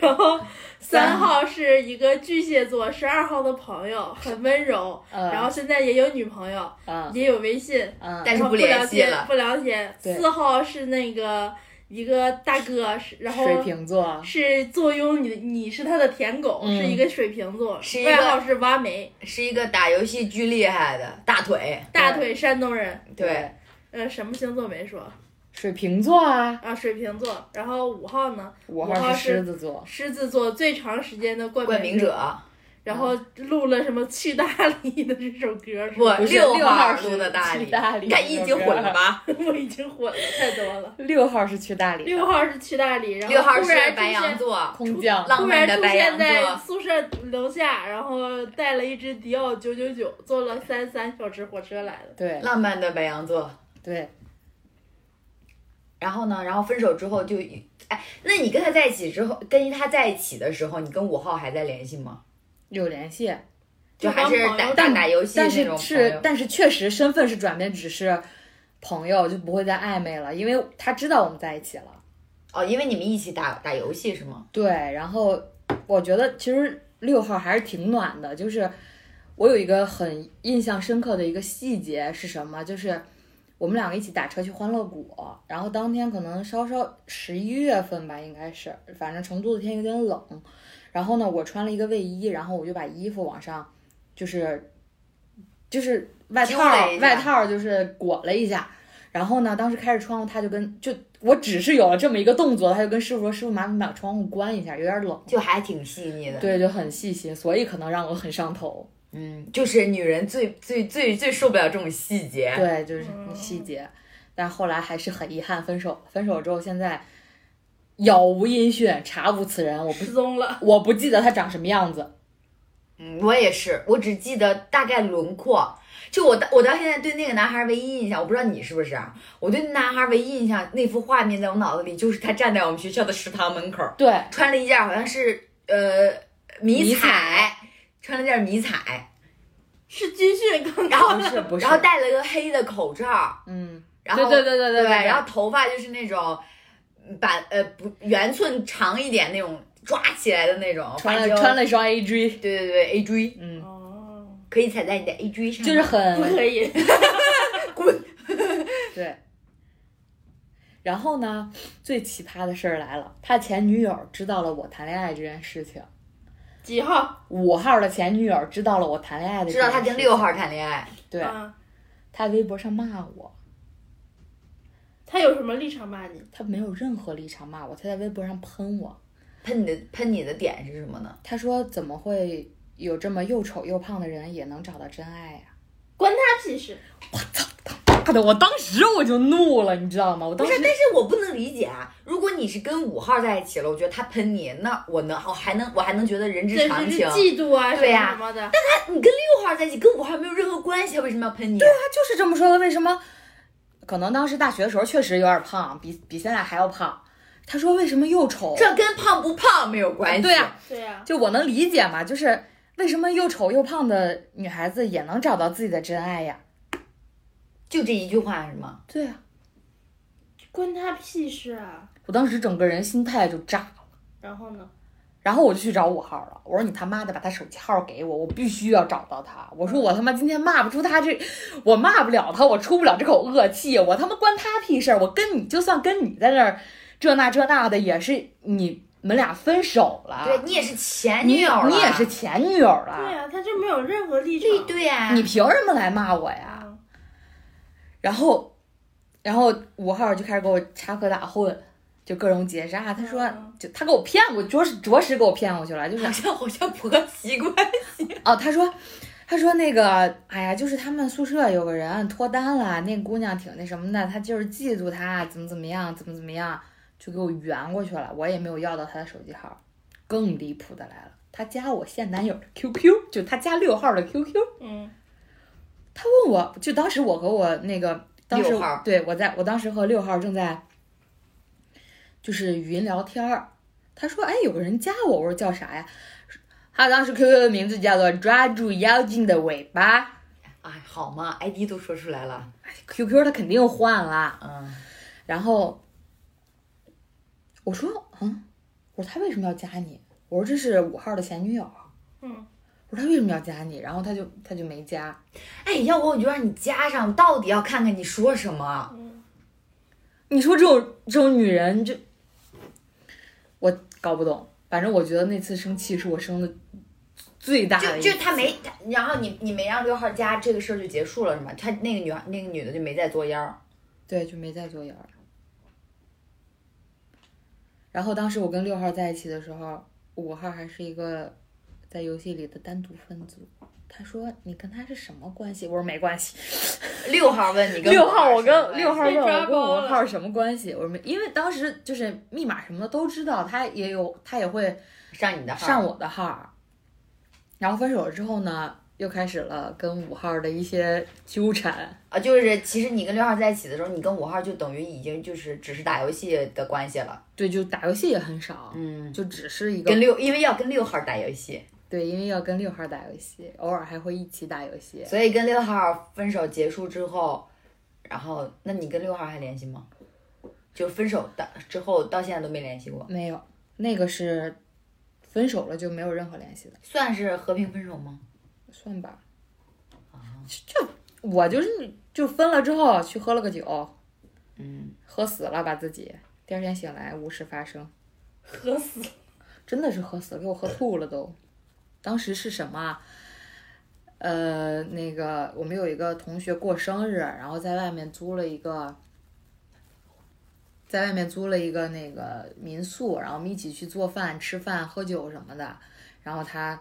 [SPEAKER 4] 然后三号是一个巨蟹座，是二号的朋友，很温柔，
[SPEAKER 6] 嗯
[SPEAKER 4] 然后现在也有女朋友，
[SPEAKER 6] 嗯
[SPEAKER 4] 也有微信，
[SPEAKER 6] 嗯，
[SPEAKER 2] 但是
[SPEAKER 4] 然后
[SPEAKER 2] 不
[SPEAKER 4] 不
[SPEAKER 2] 联
[SPEAKER 4] 聊
[SPEAKER 2] 系
[SPEAKER 4] 天
[SPEAKER 2] 了。
[SPEAKER 4] 不聊天。
[SPEAKER 6] 对
[SPEAKER 4] 四号是那个一个大哥，是然后
[SPEAKER 6] 水瓶座，
[SPEAKER 4] 是坐拥你，你是他的舔狗，
[SPEAKER 6] 嗯
[SPEAKER 4] 是一个水瓶座，
[SPEAKER 2] 是一个
[SPEAKER 4] 外号是挖煤，
[SPEAKER 2] 是一个打游戏巨厉害的大腿，
[SPEAKER 4] 大腿山东人。
[SPEAKER 2] 对，
[SPEAKER 4] 呃，什么星座没说
[SPEAKER 6] 水瓶座啊，
[SPEAKER 4] 啊？水瓶座。然后五号呢？
[SPEAKER 6] 五
[SPEAKER 4] 五
[SPEAKER 6] 号
[SPEAKER 4] 号
[SPEAKER 6] 是
[SPEAKER 4] 是
[SPEAKER 6] 狮子座，
[SPEAKER 4] 狮子座最长时间的冠
[SPEAKER 2] 冠名
[SPEAKER 4] 者，
[SPEAKER 2] 者
[SPEAKER 4] 然后录了什么去大理的这首歌，是
[SPEAKER 2] 不
[SPEAKER 4] 吧
[SPEAKER 6] 是
[SPEAKER 2] 六
[SPEAKER 6] 六
[SPEAKER 2] 号
[SPEAKER 6] 号
[SPEAKER 2] 录
[SPEAKER 6] 是
[SPEAKER 2] 的大
[SPEAKER 6] 去大理
[SPEAKER 2] 你看一经混了吧？
[SPEAKER 4] 我已经混了太多了。
[SPEAKER 6] 六号是去大理的，
[SPEAKER 4] 六号是去大理，然后
[SPEAKER 2] 六号
[SPEAKER 4] 突
[SPEAKER 2] 是
[SPEAKER 4] 然出
[SPEAKER 2] 白羊
[SPEAKER 4] 现。
[SPEAKER 2] 座，
[SPEAKER 6] 空降，
[SPEAKER 2] 浪
[SPEAKER 4] 突
[SPEAKER 2] 漫
[SPEAKER 4] 然
[SPEAKER 2] 的
[SPEAKER 4] 出
[SPEAKER 2] 白
[SPEAKER 4] 现
[SPEAKER 2] 羊
[SPEAKER 4] 在
[SPEAKER 2] 座，
[SPEAKER 4] 宿舍楼下，然后带了一只迪奥九九九，坐了三三小时火车来的。
[SPEAKER 6] 对
[SPEAKER 2] 浪漫的白羊座。
[SPEAKER 6] 对，
[SPEAKER 2] 然后呢，然后分手之后就，哎，那你跟他在一起之后，跟他在一起的时候，你跟五号还在联系吗？
[SPEAKER 6] 有联系，
[SPEAKER 2] 就还是打
[SPEAKER 4] 就当朋友
[SPEAKER 2] 打打游戏
[SPEAKER 6] 但
[SPEAKER 2] 那
[SPEAKER 6] 是
[SPEAKER 2] 种朋
[SPEAKER 6] 是
[SPEAKER 2] 友。
[SPEAKER 6] 但是确实身份是转变，只是朋友就不会再暧昧了，因为他知道我们在一起了。
[SPEAKER 2] 哦，因为你们一起打打游戏是吗？
[SPEAKER 6] 对，然后我觉得其实六号还是挺暖的，就是我有一个很印象深刻的一个细节是什么？就是我们两个一起打车去欢乐谷，然后当天可能稍稍十一月份吧，应该是，反正成都的天有点冷。然后呢，我穿了一个卫衣，然后我就把衣服往上，就是就是外套
[SPEAKER 2] 揪了一下
[SPEAKER 6] 外套就是裹了一下。然后呢，当时开着窗户，他就跟就我只是有了这么一个动作，他就跟师傅说：“师傅，麻烦把窗户关一下，有点冷。
[SPEAKER 2] 就还挺细腻”的。，
[SPEAKER 6] 对，就很细心，所以可能让我很上头。
[SPEAKER 2] 嗯，就是女人最最最最受不了这种细节。
[SPEAKER 6] 对，就是细节。但后来还是很遗憾分手。分手之后，现在杳无音讯，查无此人。我不
[SPEAKER 4] 失踪了，
[SPEAKER 6] 我不记得他长什么样子。
[SPEAKER 2] 嗯，我也是，我只记得大概轮廓。就我到我到现在对那个男孩唯一印象，我不知道你是不是啊，我对那男孩唯一印象那幅画面在我脑子里就是他站在我们学校的食堂门口，
[SPEAKER 6] 对，
[SPEAKER 2] 穿了一件好像是呃迷
[SPEAKER 6] 迷
[SPEAKER 2] 彩，穿了件迷彩，
[SPEAKER 4] 是军训 刚
[SPEAKER 2] 然后
[SPEAKER 6] 不是不是
[SPEAKER 2] 然后戴了个黑的口罩，
[SPEAKER 6] 嗯，
[SPEAKER 2] 然后
[SPEAKER 6] 对对对对对对对
[SPEAKER 2] 然后头发就是那种嗯把呃不圆寸长一点那种抓起来的那种
[SPEAKER 6] 穿
[SPEAKER 2] 发
[SPEAKER 6] 了
[SPEAKER 2] 胶
[SPEAKER 6] 穿了一双 A G，
[SPEAKER 2] 对对对 A G
[SPEAKER 6] 嗯，
[SPEAKER 4] 哦，
[SPEAKER 2] 可以踩在你的 A G 上吗，
[SPEAKER 6] 就是
[SPEAKER 4] 不
[SPEAKER 6] 很
[SPEAKER 4] 可以，
[SPEAKER 6] 对。然后呢，最奇葩的事儿来了，他前女友知道了我谈恋爱这件事情，
[SPEAKER 4] 几号？
[SPEAKER 6] 五号的前女友知道了我谈恋爱的，
[SPEAKER 2] 知道他跟六，号谈恋爱，
[SPEAKER 6] 对，
[SPEAKER 4] 啊，
[SPEAKER 6] 他微博上骂我，
[SPEAKER 4] 他有什么立场骂你？
[SPEAKER 6] 他没有任何立场骂我，他在微博上喷我，
[SPEAKER 2] 喷你的喷你的点是什么呢？
[SPEAKER 6] 他说怎么会有这么又丑又胖的人也能找到真爱呀、
[SPEAKER 4] 关他屁事！
[SPEAKER 6] 妈的，我当时我就怒了，你知道吗？我
[SPEAKER 2] 不
[SPEAKER 6] 当
[SPEAKER 2] 是
[SPEAKER 6] 时，
[SPEAKER 2] 但是我不能理解啊！如果你是跟五号在一起了，我觉得他喷你，那我能我还能我还能觉得人之
[SPEAKER 4] 这
[SPEAKER 2] 常
[SPEAKER 4] 是
[SPEAKER 2] 情。
[SPEAKER 4] 嫉妒啊，
[SPEAKER 2] 对呀
[SPEAKER 4] 什么什么的。
[SPEAKER 2] 你跟六号在一起，跟五号没有任何关系，他为什么要喷你？对啊
[SPEAKER 6] 他就是这么说的，为什么？可能当时大学的时候确实有点胖，比比现在还要胖。他说为什么又丑？
[SPEAKER 2] 这跟胖不胖没有关系。
[SPEAKER 6] 对啊，
[SPEAKER 4] 对呀、
[SPEAKER 6] 就我能理解嘛，就是为什么又丑又胖的女孩子也能找到自己的真爱呀？
[SPEAKER 2] 就这一句话是吗？
[SPEAKER 6] 对啊，
[SPEAKER 4] 关他屁事啊！
[SPEAKER 6] 我当时整个人心态就炸了，
[SPEAKER 4] 然后呢？
[SPEAKER 6] 然后我就去找五号了，我说你他妈的把他手机号给我，我必须要找到他。我说我他妈今天骂不出他这，我骂不了他，我出不了这口恶气，我他妈关他屁事儿！我跟你就算跟你在那儿这那这那的，也是你们俩分手了，
[SPEAKER 2] 对啊你也是前
[SPEAKER 6] 你
[SPEAKER 2] 女友了，
[SPEAKER 6] 你也是前女友了，
[SPEAKER 4] 对呀、他就没有任何立场。
[SPEAKER 2] 对对呀、
[SPEAKER 6] 你凭什么来骂我
[SPEAKER 4] 嗯
[SPEAKER 6] 呀？然后，然后五号就开始给我插科打诨，就各种解释啊。他说
[SPEAKER 4] 嗯，
[SPEAKER 6] 就他给我骗过，着实着实给我骗过去了。就是
[SPEAKER 2] 好像好像婆媳关系。
[SPEAKER 6] 哦，他说，他说那个，哎呀，就是他们宿舍有个人脱单了，那姑娘挺那什么的，他就是嫉妒他，怎么怎么样，怎么怎么样，就给我圆过去了。我也没有要到他的手机号。更离谱的来了，他加我现男友的 QQ，就他加六号的 QQ。
[SPEAKER 4] 嗯，
[SPEAKER 6] 他问我就当时我和我那个当时
[SPEAKER 2] 六号
[SPEAKER 6] 对我在我当时和六号正在就是语音聊天儿。他说：“哎，有个人加我，我说叫啥呀？”他当时 QQ 的名字叫做“抓住妖精的尾巴
[SPEAKER 2] 哎，好嘛，ID 都说出来了，”。
[SPEAKER 6] QQ 他肯定换啦。
[SPEAKER 2] 嗯，
[SPEAKER 6] 然后我说：“嗯，我说他为什么要加你？我说这是五号的前女友。”
[SPEAKER 4] 嗯，
[SPEAKER 6] 我说他为什么要加你？然后他就他就没加。
[SPEAKER 2] 哎，要我我就让你加上，到底要看看你说什么。
[SPEAKER 4] 嗯
[SPEAKER 6] 你说这种这种女人就，我搞不懂。反正我觉得那次生气是我生的最大的
[SPEAKER 2] 就
[SPEAKER 6] 一
[SPEAKER 2] 就
[SPEAKER 6] 次
[SPEAKER 2] 他没他，然后你你没让六号加，这个事儿就结束了是吗？他那个女孩那个女的就没再作妖。
[SPEAKER 6] 对，就没再作妖了。然后当时我跟六号在一起的时候，五号还是一个在游戏里的单独分组。他说：“你跟他是什么关系？”我说：“没关系。”
[SPEAKER 2] 六号问你跟
[SPEAKER 6] 六号，
[SPEAKER 2] 五
[SPEAKER 6] 我
[SPEAKER 2] 是什么关系
[SPEAKER 6] 跟
[SPEAKER 4] 被
[SPEAKER 6] 六号
[SPEAKER 4] 抓
[SPEAKER 6] 问我跟
[SPEAKER 4] 包了
[SPEAKER 6] 五号什么关系？我说没，因为当时就是密码什么的都知道，他也有，他也会
[SPEAKER 2] 上你的号，
[SPEAKER 6] 上我的号儿，然后分手了之后呢，又开始了跟五号的一些纠缠。
[SPEAKER 2] 啊，就是其实你跟六号在一起的时候，你跟五号就等于已经就是只是打游戏的关系了。
[SPEAKER 6] 对，就打游戏也很少，
[SPEAKER 2] 嗯，
[SPEAKER 6] 就只是一个
[SPEAKER 2] 跟六因为要跟六号打游戏，
[SPEAKER 6] 对，因为要跟六号打游戏，偶尔还会一起打游戏。
[SPEAKER 2] 所以跟六号分手结束之后，然后那你跟六号还联系吗？就分手的之后到现在都没联系过，
[SPEAKER 6] 没有，那个是分手了就没有任何联系的，
[SPEAKER 2] 算是和平分手吗？
[SPEAKER 6] 算吧。
[SPEAKER 2] 啊
[SPEAKER 6] 就我就是就分了之后去喝了个酒，
[SPEAKER 2] 嗯，
[SPEAKER 6] 喝死了把自己，第二天醒来无事发生。
[SPEAKER 4] 喝死
[SPEAKER 6] 真的是喝死了，给我喝吐了都。当时是什么啊？呃，那个我们有一个同学过生日，然后在外面租了一个，在外面租了一个那个民宿，然后我们一起去做饭、吃饭、喝酒什么的。然后他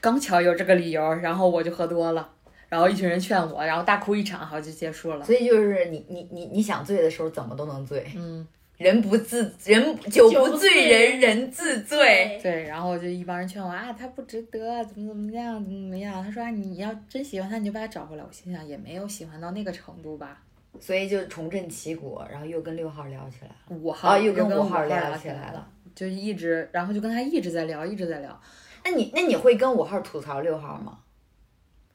[SPEAKER 6] 刚巧有这个理由，然后我就喝多了，然后一群人劝我，然后大哭一场，好就结束了。
[SPEAKER 2] 所以就是你你你你想醉的时候怎么都能醉，
[SPEAKER 6] 嗯，
[SPEAKER 2] 人不自人酒
[SPEAKER 4] 酒
[SPEAKER 2] 不
[SPEAKER 4] 不
[SPEAKER 2] 醉
[SPEAKER 4] 醉
[SPEAKER 2] 人人自醉。
[SPEAKER 4] 对，
[SPEAKER 6] 对，然后就一帮人劝我啊，他不值得，怎么怎么样，怎么怎么样。他说、啊、你要真喜欢他，你就把他找回来。我心想也没有喜欢到那个程度吧。
[SPEAKER 2] 所以就重振旗鼓，然后又跟六号聊起来了，
[SPEAKER 6] 五号、
[SPEAKER 2] 啊，又
[SPEAKER 6] 又
[SPEAKER 2] 跟五
[SPEAKER 6] 五
[SPEAKER 2] 号
[SPEAKER 6] 聊
[SPEAKER 2] 聊起来了。。
[SPEAKER 6] 就一直，然后就跟他一直在聊，一直在聊。
[SPEAKER 2] 那你那你会跟五号吐槽六号吗？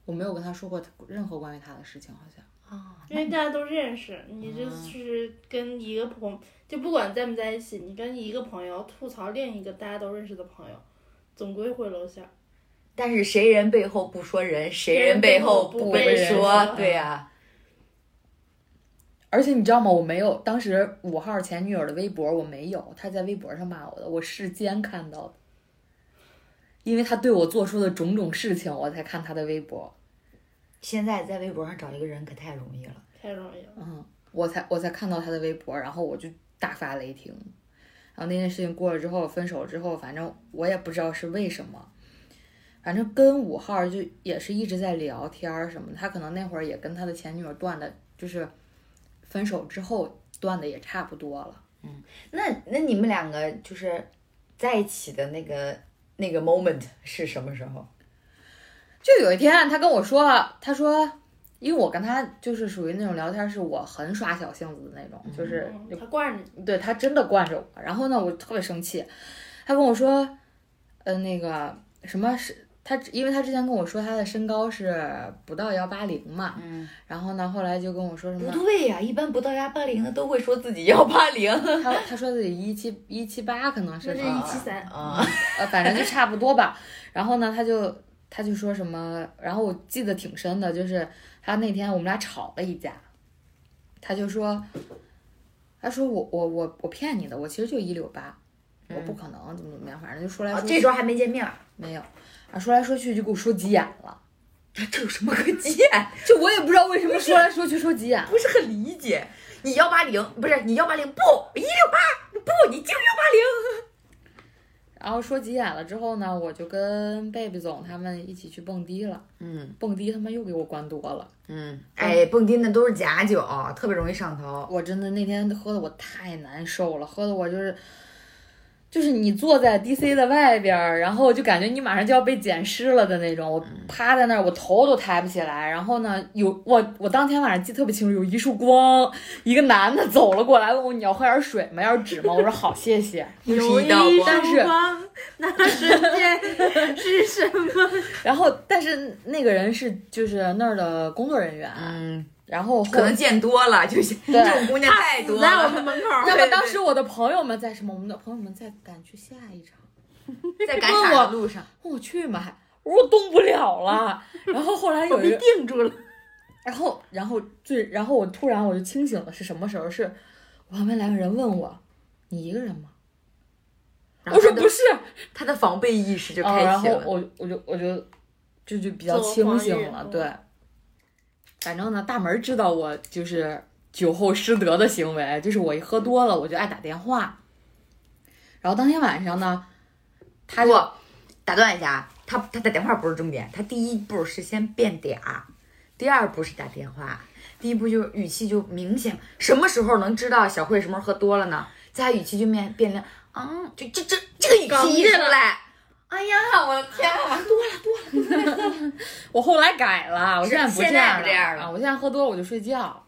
[SPEAKER 6] 我没有跟他说过他任何关于他的事情，好像
[SPEAKER 2] 啊，
[SPEAKER 4] 因为大家都认识，你就是跟一个朋，就不管在没在一起，你跟一个朋友吐槽另一个大家都认识的朋友，总归会露馅儿。
[SPEAKER 2] 但是谁人背后不说人，谁
[SPEAKER 4] 谁人
[SPEAKER 2] 人背后
[SPEAKER 4] 背后不
[SPEAKER 2] 被
[SPEAKER 6] 被
[SPEAKER 2] 说
[SPEAKER 4] 人，说
[SPEAKER 2] 对呀、
[SPEAKER 6] 而且你知道吗？我没有当时五号前女友的微博，我没有，他在微博上骂我的，我事先看到的，因为他对我做出的种种事情，我才看他的微博。
[SPEAKER 2] 现在在微博上找一个人可太容易了，
[SPEAKER 4] 太容易了，
[SPEAKER 6] 嗯，我才我才看到他的微博，然后我就大发雷霆。然后那件事情过了之后，分手之后，反正我也不知道是为什么，反正跟五号就也是一直在聊天儿什么的。他可能那会儿也跟他的前女友断的，就是分手之后断的也差不多了。
[SPEAKER 2] 那那你们两个就是在一起的那个那个 moment 是什么时候？
[SPEAKER 6] 就有一天，他跟我说，他说，因为我跟他就是属于那种聊天，是我很耍小性子的那种，就是
[SPEAKER 4] 嗯他惯着你，
[SPEAKER 6] 对他真的惯着我。然后呢，我特别生气，他跟我说，呃，那个什么是。他因为他之前跟我说他的身高是不到幺八零嘛，
[SPEAKER 2] 嗯，
[SPEAKER 6] 然后呢，后来就跟我说什
[SPEAKER 2] 不
[SPEAKER 6] 么，
[SPEAKER 2] 对呀、一般不到幺八零的都会说自己幺八 零
[SPEAKER 6] 他他说自己一七一七八可能是
[SPEAKER 4] 那是
[SPEAKER 6] 吧
[SPEAKER 4] 一七三，
[SPEAKER 2] 啊，
[SPEAKER 6] 呃，反正就差不多吧。然后呢，他就他就说什么，然后我记得挺深的，就是他那天我们俩吵了一架，他就说，他说我我我我骗你的，我其实就一六八，我不可能怎么怎么样，反正就说
[SPEAKER 2] 嗯
[SPEAKER 6] 来
[SPEAKER 2] 啊
[SPEAKER 6] 说去、
[SPEAKER 2] 这时候还没见面儿，
[SPEAKER 6] 没有，啊说来说去就给我说急眼了，
[SPEAKER 2] 这有什么可见？
[SPEAKER 6] 就我也不知道为什么说来说去说急眼了，
[SPEAKER 2] 不是很理解。你幺八零不是你幺八零不一六八不你就幺八零。
[SPEAKER 6] 然后说急眼了之后呢，我就跟贝贝总他们一起去蹦迪了，
[SPEAKER 2] 嗯
[SPEAKER 6] 蹦迪他妈又给我灌多了。
[SPEAKER 2] 嗯，哎，蹦迪那都是假酒，特别容易上头。
[SPEAKER 6] 我真的那天喝的我太难受了，喝的我就是就是你坐在 DC 的外边儿，然后就感觉你马上就要被捡尸了的那种。我
[SPEAKER 2] 嗯
[SPEAKER 6] 趴在那儿，我头都抬不起来。然后呢，有我我当天晚上记得特别清楚，有一束光，一个男的走了过来，问我你要喝点水吗？要是纸吗？我说好，谢谢。
[SPEAKER 10] 又是一道光
[SPEAKER 6] 但是
[SPEAKER 4] 光，那瞬间是什么？
[SPEAKER 6] 然后，但是那个人是就是那儿的工作人员，
[SPEAKER 10] 嗯，
[SPEAKER 6] 然后后
[SPEAKER 2] 可能见多了，就是
[SPEAKER 6] 对
[SPEAKER 2] 这种姑娘太多
[SPEAKER 4] 堵在我
[SPEAKER 2] 了。
[SPEAKER 4] 们门 口。
[SPEAKER 6] 那么当时我的朋友们在什么？我们的朋友们在赶去下一场，
[SPEAKER 2] 在赶场的路上，
[SPEAKER 6] 问我去买，我说我动不了 了。然后后来有一个，
[SPEAKER 4] 定住了，
[SPEAKER 6] 然后然后最然后我突然我就清醒了，是什么时候？是我旁边来个人问我，你一个人吗？
[SPEAKER 10] 然后
[SPEAKER 6] 我说
[SPEAKER 10] 他的
[SPEAKER 6] 不是，
[SPEAKER 10] 他的防备意识就
[SPEAKER 6] 啊
[SPEAKER 10] 开
[SPEAKER 2] 哦
[SPEAKER 6] 然
[SPEAKER 10] 启
[SPEAKER 6] 后
[SPEAKER 10] 了。
[SPEAKER 6] 我我就我就这就比较
[SPEAKER 4] 自我
[SPEAKER 6] 清
[SPEAKER 4] 防
[SPEAKER 6] 醒
[SPEAKER 4] 御
[SPEAKER 6] 了，
[SPEAKER 4] 嗯
[SPEAKER 6] 对。反正呢，大门儿知道我就是酒后失德的行为，就是我一喝多了我就爱打电话。然后当天晚上呢，他就
[SPEAKER 2] 不打断一下啊，他他打电话不是重点，他第一步是先变嗲，第二步是打电话，第一步就是语气就明显。什么时候能知道小慧什么时候喝多了呢？在他语气就变变凉，嗯，就这这这个语
[SPEAKER 4] 刚
[SPEAKER 2] 气一
[SPEAKER 4] 劲
[SPEAKER 2] 出
[SPEAKER 4] 儿
[SPEAKER 2] 来，哎呀，我的天啊！
[SPEAKER 6] 我后来改了，我现在不
[SPEAKER 2] 现
[SPEAKER 6] 这
[SPEAKER 2] 在
[SPEAKER 6] 样
[SPEAKER 2] 不这样了
[SPEAKER 6] 啊！我现在喝多了我就睡觉。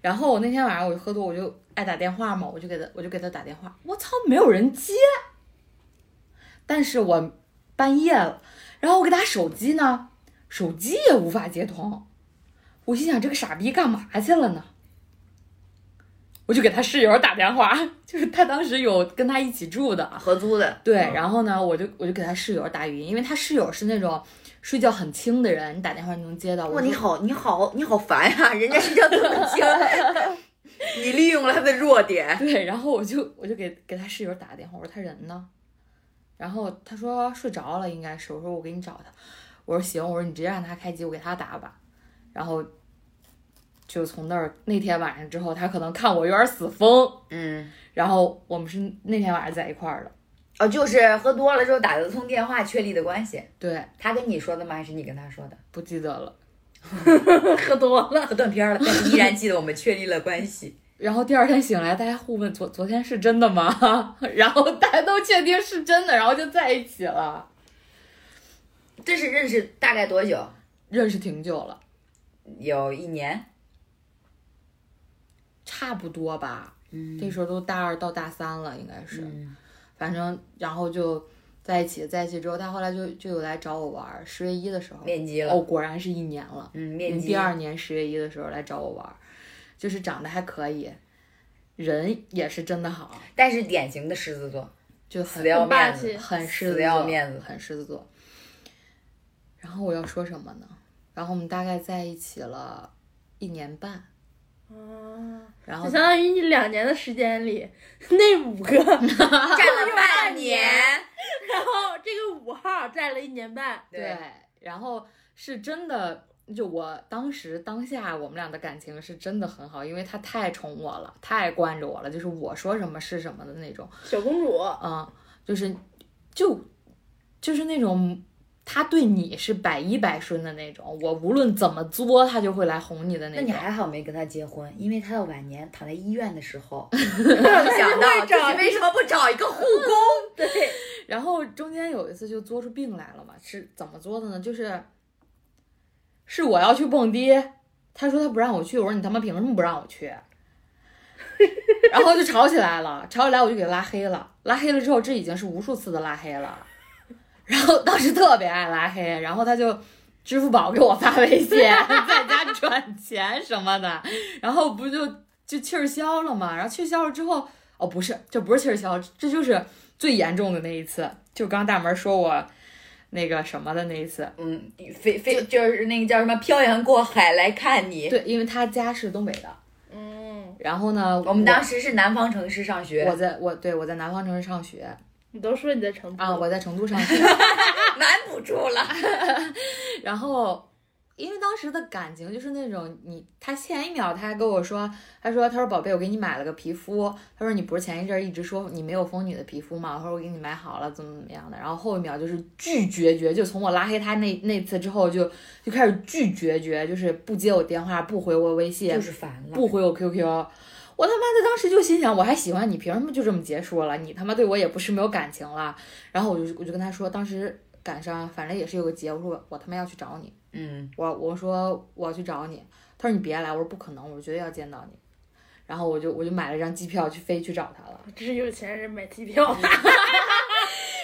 [SPEAKER 6] 然后我那天晚上我就喝多，我就爱打电话嘛，我就给他我就给他打电话，我操，没有人接。但是我半夜了，然后我给他手机呢，手机也无法接通。我心想这个傻逼干嘛去了呢？我就给他室友打电话， 就是他当时有跟他一起住的，啊
[SPEAKER 2] 合租的，
[SPEAKER 6] 对，然后呢，我就我就给他室友打语音，因为他室友是那种睡觉很轻的人，你打电话就能接到。我
[SPEAKER 2] 哇，
[SPEAKER 6] 说
[SPEAKER 2] 你，好，你好，你好烦呀、人家睡觉这么轻， 你利用了他的弱点，
[SPEAKER 6] 对，然后我就我就给给他室友打个电话，我说他人呢？然后他说睡着了，应该是。我说我给你找他，我说行，我说你直接让他开机，我给他打吧。然后就从那儿那天晚上之后，他可能看我有点死疯，
[SPEAKER 2] 嗯，
[SPEAKER 6] 然后我们是那天晚上在一块儿的。
[SPEAKER 2] 哦，就是喝多了之后打得通电话确立的关系，
[SPEAKER 6] 对，
[SPEAKER 2] 他跟你说的吗？还是你跟他说的？
[SPEAKER 6] 不记得了。
[SPEAKER 2] 喝多 了，喝断片儿了，但是依然记得我们确立了关系。
[SPEAKER 6] 然后第二天醒来，大家互问昨昨天是真的吗？ 然后大家都确定是真的，然后就在一起了，
[SPEAKER 2] 这是认识大概多久？
[SPEAKER 6] 认识挺久了，
[SPEAKER 2] 有一年。
[SPEAKER 6] 差不多吧。嗯，这时候都大二到大三了，应该是，
[SPEAKER 2] 嗯
[SPEAKER 6] 反正然后就在一起，在一起之后，他后来就就有来找我玩儿。十月一的时候，
[SPEAKER 2] 面基了
[SPEAKER 6] 哦，果然是一年了。
[SPEAKER 2] 嗯，面
[SPEAKER 6] 嗯
[SPEAKER 2] 基。
[SPEAKER 6] 第二年十月一的时候来找我玩儿，就是长得还可以，人也是真的好，
[SPEAKER 2] 但是典型的狮子座，
[SPEAKER 6] 就
[SPEAKER 2] 死
[SPEAKER 6] 很
[SPEAKER 2] 要
[SPEAKER 4] 很霸
[SPEAKER 2] 面子
[SPEAKER 4] 气。
[SPEAKER 6] 很狮子
[SPEAKER 2] 死
[SPEAKER 6] 座，
[SPEAKER 2] 要面子
[SPEAKER 6] 很狮子座。然后我要说什么呢？然后我们大概在一起了一年半，
[SPEAKER 4] 啊，
[SPEAKER 6] 然
[SPEAKER 4] 就
[SPEAKER 6] 后
[SPEAKER 4] 相当于你两年的时间里， 那五个， 然
[SPEAKER 2] 站了半年，
[SPEAKER 4] 后这个五号占了一年半，
[SPEAKER 6] 对，然后是真的，就我当时当下我们俩的感情是真的很好，因为他太宠我了，太惯着我了，就是我说什么是什么的那种，
[SPEAKER 4] 小公主，
[SPEAKER 6] 嗯，就是就就是那种。他对你是百依百顺的那种，我无论怎么作，他就会来哄你的那
[SPEAKER 2] 那
[SPEAKER 6] 种。
[SPEAKER 2] 你还好没跟他结婚，因为他的晚年躺在医院的时候， 没想到自己为什么不找一个护工？ 对，
[SPEAKER 6] 然后中间有一次就作出病来了嘛，是怎么作的呢？就是是我要去蹦迪，他说他不让我去，我说你他妈凭什么不让我去？ 然后就吵起来了，吵起来我就给他拉黑了，拉黑了之后这已经是无数次的拉黑了，然后当时特别爱拉黑，然后他就支付宝给我发微信， 在家转钱什么的，然后不就就气儿消了嘛，然后气儿消了之后，哦不是，这不是气儿消，这就是最严重的那一次，就刚大门说我那个什么的那一次，
[SPEAKER 2] 嗯，非非就是那个叫什么漂洋过海来看你。
[SPEAKER 6] 对，因为他家是东北的，
[SPEAKER 4] 嗯，
[SPEAKER 6] 然后呢，
[SPEAKER 2] 我们当时是南方城市上学，
[SPEAKER 6] 我在我对我在南方城市上学
[SPEAKER 4] 你都说你在成都
[SPEAKER 6] 啊，我在成都上学，
[SPEAKER 2] 瞒不住了。
[SPEAKER 6] 然后因为当时的感情就是那种你，他前一秒他还跟我说，他说他说宝贝，我给你买了个皮肤，他说你不是前一阵儿一直说你没有疯女的皮肤吗？我说我给你买好了，怎么怎么样的。然后后一秒就是拒决绝，就从我拉黑他那那次之后就就开始拒绝绝，就是不接我电话，不回我微信，
[SPEAKER 2] 就是烦了，
[SPEAKER 6] 不回我 QQ。我他妈的当时就心想，我还喜欢你，凭什么就这么结束了？你他妈对我也不是没有感情了。然后我就我就跟他说，当时赶上反正也是有个节，我说我他妈要去找你，
[SPEAKER 11] 嗯，
[SPEAKER 6] 我我说我要去找你，他说你别来，我说不可能，我绝对要见到你。然后我就我就买了张机票去飞去找他了。
[SPEAKER 4] 这是有钱人买机票。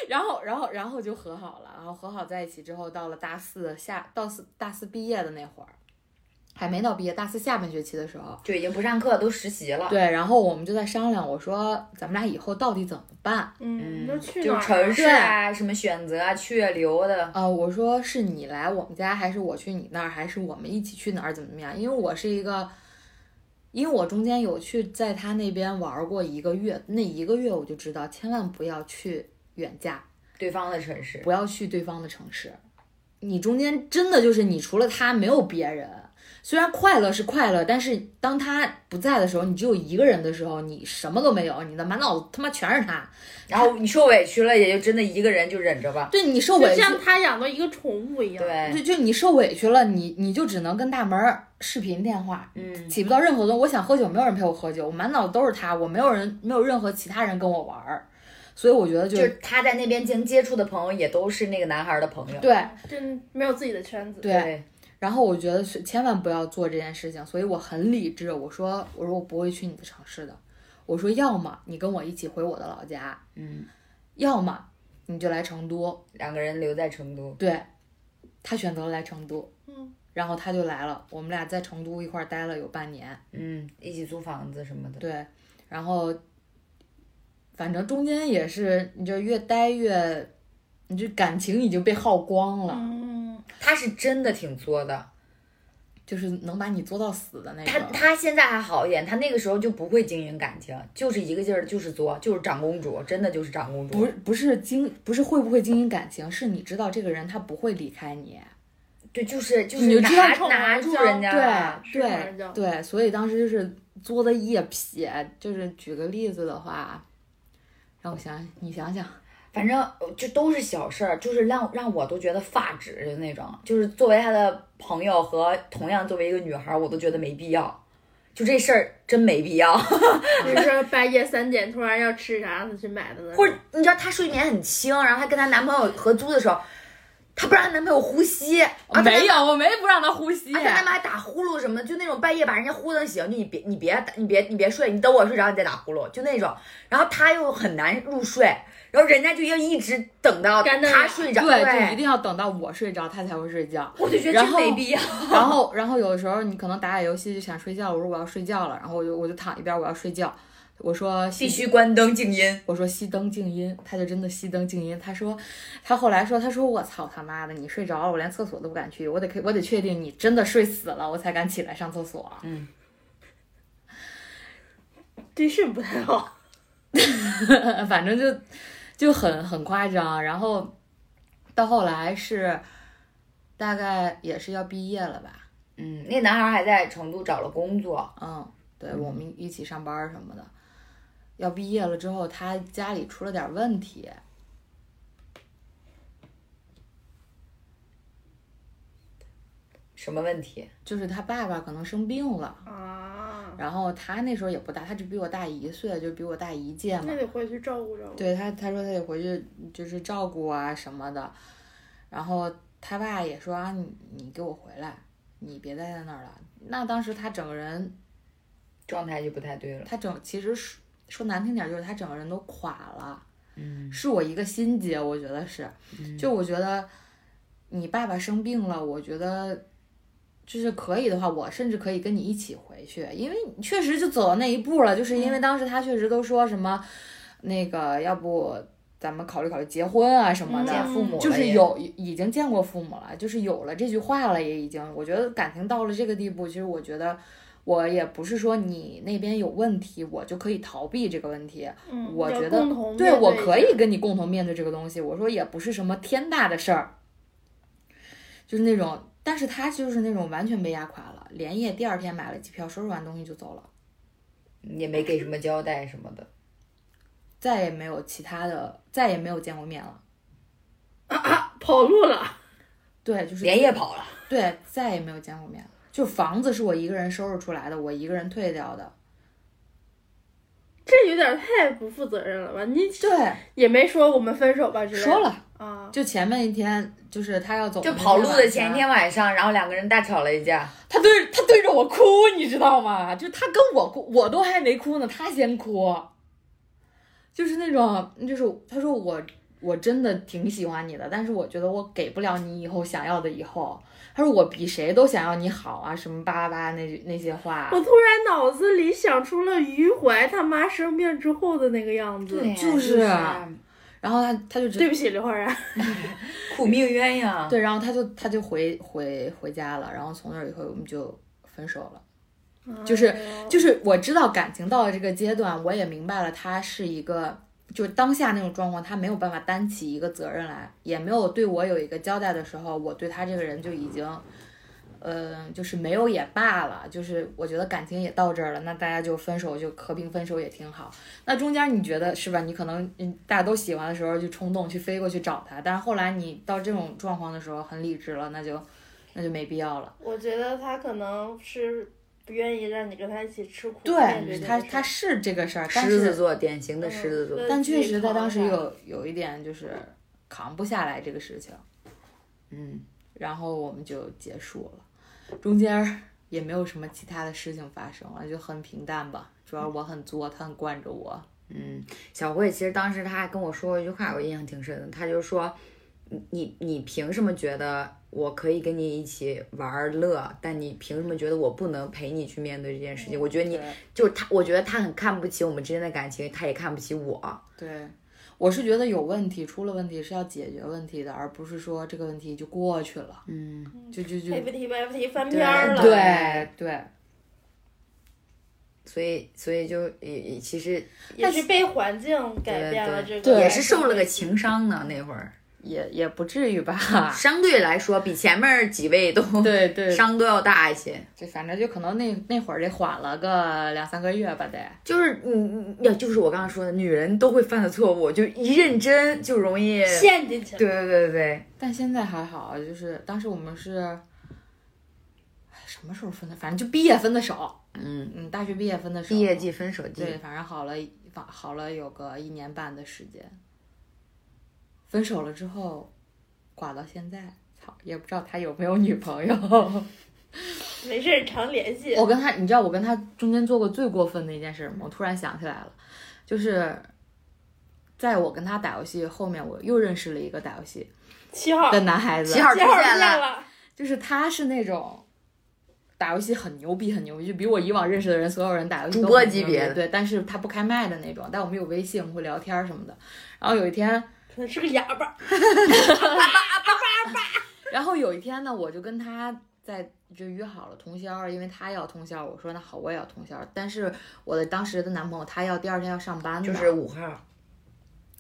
[SPEAKER 6] 然后，然后，然后就和好了，然后和好在一起之后，到了大四下，到四大四毕业的那会儿，还没到毕业，大四下半学期的时候，
[SPEAKER 2] 就已经不上课，都实习了。
[SPEAKER 6] 对，然后我们就在商量，我说咱们俩以后到底怎么办？啊、
[SPEAKER 4] 嗯，都去哪
[SPEAKER 2] 就
[SPEAKER 4] 儿？
[SPEAKER 2] 城市啊，什么选择啊，去啊留的，
[SPEAKER 6] 呃我说是你来我们家，还是我去你那儿，还是我们一起去哪儿，怎么怎么样？因为我是一个，因为我中间有去在他那边玩过一个月，那一个月我就知道，千万不要去远嫁，
[SPEAKER 2] 对方的城市。
[SPEAKER 6] 不要去对方的城市。你中间真的就是你除了他没有别人，虽然快乐是快乐，但是当他不在的时候，你只有一个人的时候，你什么都没有，你的满脑子他妈全是他。
[SPEAKER 2] 然后你受委屈了，也就真的一个人就忍着吧。
[SPEAKER 6] 对你受
[SPEAKER 4] 就
[SPEAKER 6] 委屈，
[SPEAKER 4] 像他养的一个宠物一样。
[SPEAKER 2] 对，
[SPEAKER 6] 对，就你受委屈了，你你就只能跟大门儿视频电话，
[SPEAKER 2] 嗯，
[SPEAKER 6] 起不到任何作用。我想喝酒，没有人陪我喝酒，我满脑子都是他，我没有人，没有任何其他人跟我玩儿，所以我觉得就
[SPEAKER 2] 就是他在那边经接触的朋友也都是那个男孩的朋友。
[SPEAKER 6] 对
[SPEAKER 4] 真没有自己的圈子。
[SPEAKER 6] 对。然后我觉得是千万不要做这件事情，所以我很理智。我说，我说我不会去你的城市的。我说，要么你跟我一起回我的老家，
[SPEAKER 2] 嗯，
[SPEAKER 6] 要么你就来成都。
[SPEAKER 2] 两个人留在成都，
[SPEAKER 6] 对，他选择了来成都，
[SPEAKER 4] 嗯，
[SPEAKER 6] 然后他就来了。我们俩在成都一块儿待了有半年，
[SPEAKER 2] 嗯，一起租房子什么的。
[SPEAKER 6] 对，然后反正中间也是，你就越待越，你这感情已经被耗光了，
[SPEAKER 4] 嗯，
[SPEAKER 2] 他是真的挺作的，嗯
[SPEAKER 6] 就是能把你作到死的那
[SPEAKER 2] 他
[SPEAKER 6] 种。
[SPEAKER 2] 他现在还好一点，他那个时候就不会经营感情，就是一个劲儿地就是作，就是长公主，真的就是长公主。
[SPEAKER 6] 不是不是经不是会不会经营感情，是你知道这个人他不会离开你，
[SPEAKER 2] 对，就是就
[SPEAKER 6] 你就是知道
[SPEAKER 2] 拿
[SPEAKER 4] 冲
[SPEAKER 2] 拿
[SPEAKER 4] 人
[SPEAKER 2] 住
[SPEAKER 4] 家
[SPEAKER 2] 人家了。
[SPEAKER 6] 对
[SPEAKER 4] 是这样
[SPEAKER 6] 对
[SPEAKER 4] 叫
[SPEAKER 6] 对，所以当时就是作的一撇。就是举个例子的话，让我想，你想想，
[SPEAKER 2] 反正呃就都是小事儿，就是让让我都觉得发指的那种。就是作为他的朋友和同样作为一个女孩儿，我都觉得没必要。就这事儿真没必要，
[SPEAKER 6] 嗯
[SPEAKER 4] 就是半夜三点突然要吃啥，他去买的呢。
[SPEAKER 2] 或者你知道她睡眠很轻，然后她跟她男朋友合租的时候，她不让她男朋友呼吸，啊，她男
[SPEAKER 6] 没有，我没不让他呼吸
[SPEAKER 2] 而啊且他们还打呼噜什么的，就那种半夜把人家呼的醒，就你别你别你别你别睡，你等我睡着你再打呼噜，就那种。然后他又很难入睡，然后人家就要一直等到
[SPEAKER 4] 干瞪
[SPEAKER 2] 他
[SPEAKER 4] 眼
[SPEAKER 2] 睡着，
[SPEAKER 6] 对，就一定要等到我睡着，他才会睡觉。
[SPEAKER 2] 我就觉得
[SPEAKER 6] 然
[SPEAKER 2] 真
[SPEAKER 6] 后
[SPEAKER 2] 没必要。
[SPEAKER 6] 然后，然后有的时候你可能打打游戏就想睡觉，我说我要睡觉了，然后我就我就躺一边，我要睡觉。我说
[SPEAKER 2] 必须关灯静音，
[SPEAKER 6] 我说熄灯静音，他就真的熄灯静音。他说，他后来说，他说我操他妈的，你睡着了，我连厕所都不敢去，我得我得确定你真的睡死了，我才敢起来上厕所。
[SPEAKER 4] 对肾不太 好。
[SPEAKER 2] 嗯
[SPEAKER 6] 反正就就很很夸张。然后到后来是大概也是要毕业了吧，
[SPEAKER 2] 嗯，那男孩还在成都找了工作，
[SPEAKER 6] 嗯，对，我们一起上班儿什么的。要毕业了之后，他家里出了点儿问题，
[SPEAKER 2] 什么问题？
[SPEAKER 6] 就是他爸爸可能生病了，
[SPEAKER 4] 啊，
[SPEAKER 6] 然后他那时候也不大，他只比我大一岁，就比我大一届嘛
[SPEAKER 4] 那。得回去照顾照顾。
[SPEAKER 6] 对他，他说他得回去就是照顾啊什么的，然后他爸也说啊，你你给我回来，你别待在那儿了。那当时他整个人
[SPEAKER 2] 状态就不太对了。
[SPEAKER 6] 他整其实说说难听点儿，就是他整个人都垮了。
[SPEAKER 2] 嗯，
[SPEAKER 6] 是我一个心结，我觉得是，就我觉得你爸爸生病了，我觉得就是可以的话，我甚至可以跟你一起回去，因为你确实就走到那一步了，就是因为当时他确实都说什么那个，要不咱们考虑考虑结婚啊什么的，
[SPEAKER 2] 见父母了
[SPEAKER 6] 就是
[SPEAKER 2] 也
[SPEAKER 6] 有已经见过父母了，就是有了这句话了，也已经，我觉得感情到了这个地步，其实我觉得我也不是说你那边有问题，我就可以逃避这个问题，
[SPEAKER 4] 嗯，
[SPEAKER 6] 我
[SPEAKER 4] 要
[SPEAKER 6] 觉得
[SPEAKER 4] 共同
[SPEAKER 6] 对
[SPEAKER 4] 面
[SPEAKER 6] 我
[SPEAKER 4] 一下
[SPEAKER 6] 可以跟你共同面对这个东西。我说也不是什么天大的事儿，就是那种，但是他就是那种完全被压垮了，连夜第二天买了机票，收拾完东西就走了。
[SPEAKER 2] 也没给什么交代什么的。
[SPEAKER 6] 再也没有其他的，再也没有见过面了。
[SPEAKER 4] 跑路了。
[SPEAKER 6] 对，就是
[SPEAKER 2] 连夜跑了，
[SPEAKER 6] 对，再也没有见过面了。就房子是我一个人收拾出来的，我一个人退掉的。
[SPEAKER 12] 有点太不负责任了吧？你
[SPEAKER 6] 对
[SPEAKER 12] 也没说我们分手吧之类的。
[SPEAKER 6] 说了
[SPEAKER 12] 啊，
[SPEAKER 6] 就前面一天，就是他要走，
[SPEAKER 2] 就跑路的前一天，晚上，然后两个人大吵了一架。
[SPEAKER 6] 他对他对着我哭，你知道吗？就他跟我哭，我都还没哭呢，他先哭，就是那种，就是他说我我真的挺喜欢你的，但是我觉得我给不了你以后想要的以后。他说我比谁都想要你好啊，什么巴拉巴拉那那些话。
[SPEAKER 12] 我突然脑子里想出了于怀他妈生病之后的那个样子。
[SPEAKER 2] 呀
[SPEAKER 6] 就是
[SPEAKER 2] 就是啊
[SPEAKER 6] 然后他他就直
[SPEAKER 12] 对不起，刘昊然。
[SPEAKER 2] 苦命鸳鸯。
[SPEAKER 6] 对，然后他就他就回回回家了，然后从那儿以后我们就分手了。
[SPEAKER 4] 哦
[SPEAKER 6] 就是就是我知道感情到了这个阶段，我也明白了，他是一个就是当下那种状况，他没有办法担起一个责任来，也没有对我有一个交代的时候，我对他这个人就已经，呃，就是没有也罢了，就是我觉得感情也到这儿了，那大家就分手，就和平分手也挺好。那中间你觉得是吧？你可能嗯大家都喜欢的时候就冲动去飞过去找他，但是后来你到这种状况的时候很理智了，那就那就没必要了。
[SPEAKER 4] 我觉得他可能是不愿意让你跟他一起吃苦。面
[SPEAKER 6] 对
[SPEAKER 4] 这
[SPEAKER 6] 他，
[SPEAKER 4] 件事
[SPEAKER 6] 他是这个事儿，但
[SPEAKER 2] 狮
[SPEAKER 6] 是
[SPEAKER 2] 子座，典型的狮子座。
[SPEAKER 4] 嗯
[SPEAKER 6] 但
[SPEAKER 4] 自己
[SPEAKER 6] 确实在
[SPEAKER 4] 扛
[SPEAKER 6] 当时
[SPEAKER 4] 一下
[SPEAKER 6] 有有一点就是扛不下来这个事情，嗯，然后我们就结束了，中间儿也没有什么其他的事情发生了，就很平淡吧。主要我很作，他很惯着我，
[SPEAKER 2] 嗯，小慧其实当时她还跟我说过一句话，我印象挺深的。她就说：“你你你凭什么觉得我可以跟你一起玩儿乐，但你凭什么觉得我不能陪你去面对这件事情？”我觉得你
[SPEAKER 6] 对
[SPEAKER 2] 就是她，我觉得她很看不起我们之间的感情，她也看不起我。
[SPEAKER 6] 对，我是觉得有问题，出了问题是要解决问题的，而不是说这个问题就过去了，
[SPEAKER 2] 嗯，
[SPEAKER 6] 就就就
[SPEAKER 4] FT 吧 FT 翻
[SPEAKER 2] 对
[SPEAKER 4] 篇儿了。
[SPEAKER 6] 对对。
[SPEAKER 2] 所以所以就也也其实
[SPEAKER 4] 也是被环境改变了这
[SPEAKER 2] 对
[SPEAKER 4] 个，
[SPEAKER 2] 也是受了个情伤呢。那会儿
[SPEAKER 6] 也也不至于吧，
[SPEAKER 2] 相对来说比前面几位都
[SPEAKER 6] 啊对 对，
[SPEAKER 2] 伤都要大一些。
[SPEAKER 6] 这反正就可能那那会儿得缓了个两三个月吧，得。
[SPEAKER 2] 就是你你呀，就是我刚刚说的，女人都会犯的错误，就一认真就容易。
[SPEAKER 4] 陷进去了。
[SPEAKER 2] 对对对对，
[SPEAKER 6] 但现在还好，啊就是当时我们是，哎什么时候分的？反正就毕业分的手，
[SPEAKER 2] 嗯，
[SPEAKER 6] 嗯，大学毕业分的手，
[SPEAKER 2] 毕业季、分手季，
[SPEAKER 6] 对，反正好了，反好了有个一年半的时间。分手了之后，寡到现在，操，也不知道他有没有女朋友。
[SPEAKER 4] 没事儿常联系。
[SPEAKER 6] 我跟他，你知道我跟他中间做过最过分的一件事吗？我突然想起来了，就是在我跟他打游戏后面，我又认识了一个打游戏
[SPEAKER 4] 七号，
[SPEAKER 6] 的男孩子，
[SPEAKER 2] 七号出
[SPEAKER 4] 七号
[SPEAKER 2] 现了，
[SPEAKER 4] 了，
[SPEAKER 6] 就是他是那种打游戏很牛逼，很牛逼，就比我以往认识的人所有人打游戏都
[SPEAKER 2] 主播
[SPEAKER 6] 很牛逼
[SPEAKER 2] 级别的
[SPEAKER 6] 对，但是他不开麦的那种，但我们有微信会聊天什么的。然后有一天，
[SPEAKER 4] 可能是个哑巴。
[SPEAKER 6] 然后有一天呢，我就跟他在就约好了通宵，因为他要通宵，我说那好，我也要通宵。但是我的当时的男朋友他要第二天要上班的，
[SPEAKER 2] 就是五号，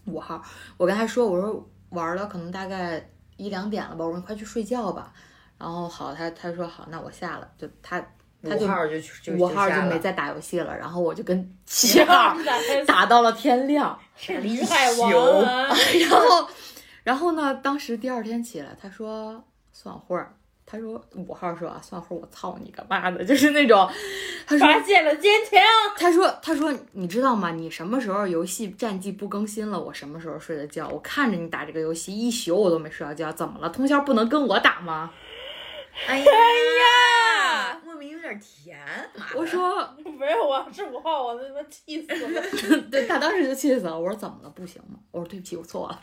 [SPEAKER 6] 五号，我跟他说，我说玩了可能大概一两点了吧，我说你快去睡觉吧。然后好，他他说好，那我下了，就他他
[SPEAKER 2] 五
[SPEAKER 6] 就
[SPEAKER 2] 号就去就
[SPEAKER 6] 五号就
[SPEAKER 2] 下了
[SPEAKER 6] 没再打游戏了，然后我就跟 七号打到了天亮，
[SPEAKER 4] 是李海王啊，
[SPEAKER 6] 然后然后呢，当时第二天起来，他说算会儿，他说五号说啊算会儿，我操你个妈的，就是那种，他说
[SPEAKER 4] 发现了奸情。
[SPEAKER 6] 他说：“他说，你知道吗？你什么时候游戏战绩不更新了，我什么时候睡的觉？我看着你打这个游戏一宿，我都没睡着觉。怎么了？通宵不能跟我打吗
[SPEAKER 2] 哎呀，莫名有点甜，？”
[SPEAKER 6] 我说
[SPEAKER 4] 不是我，啊是五号，我他妈气死 了。：“
[SPEAKER 6] 对，他当时就气死了。”我说：“怎么了？不行吗？”我说：“对不起，我 错了，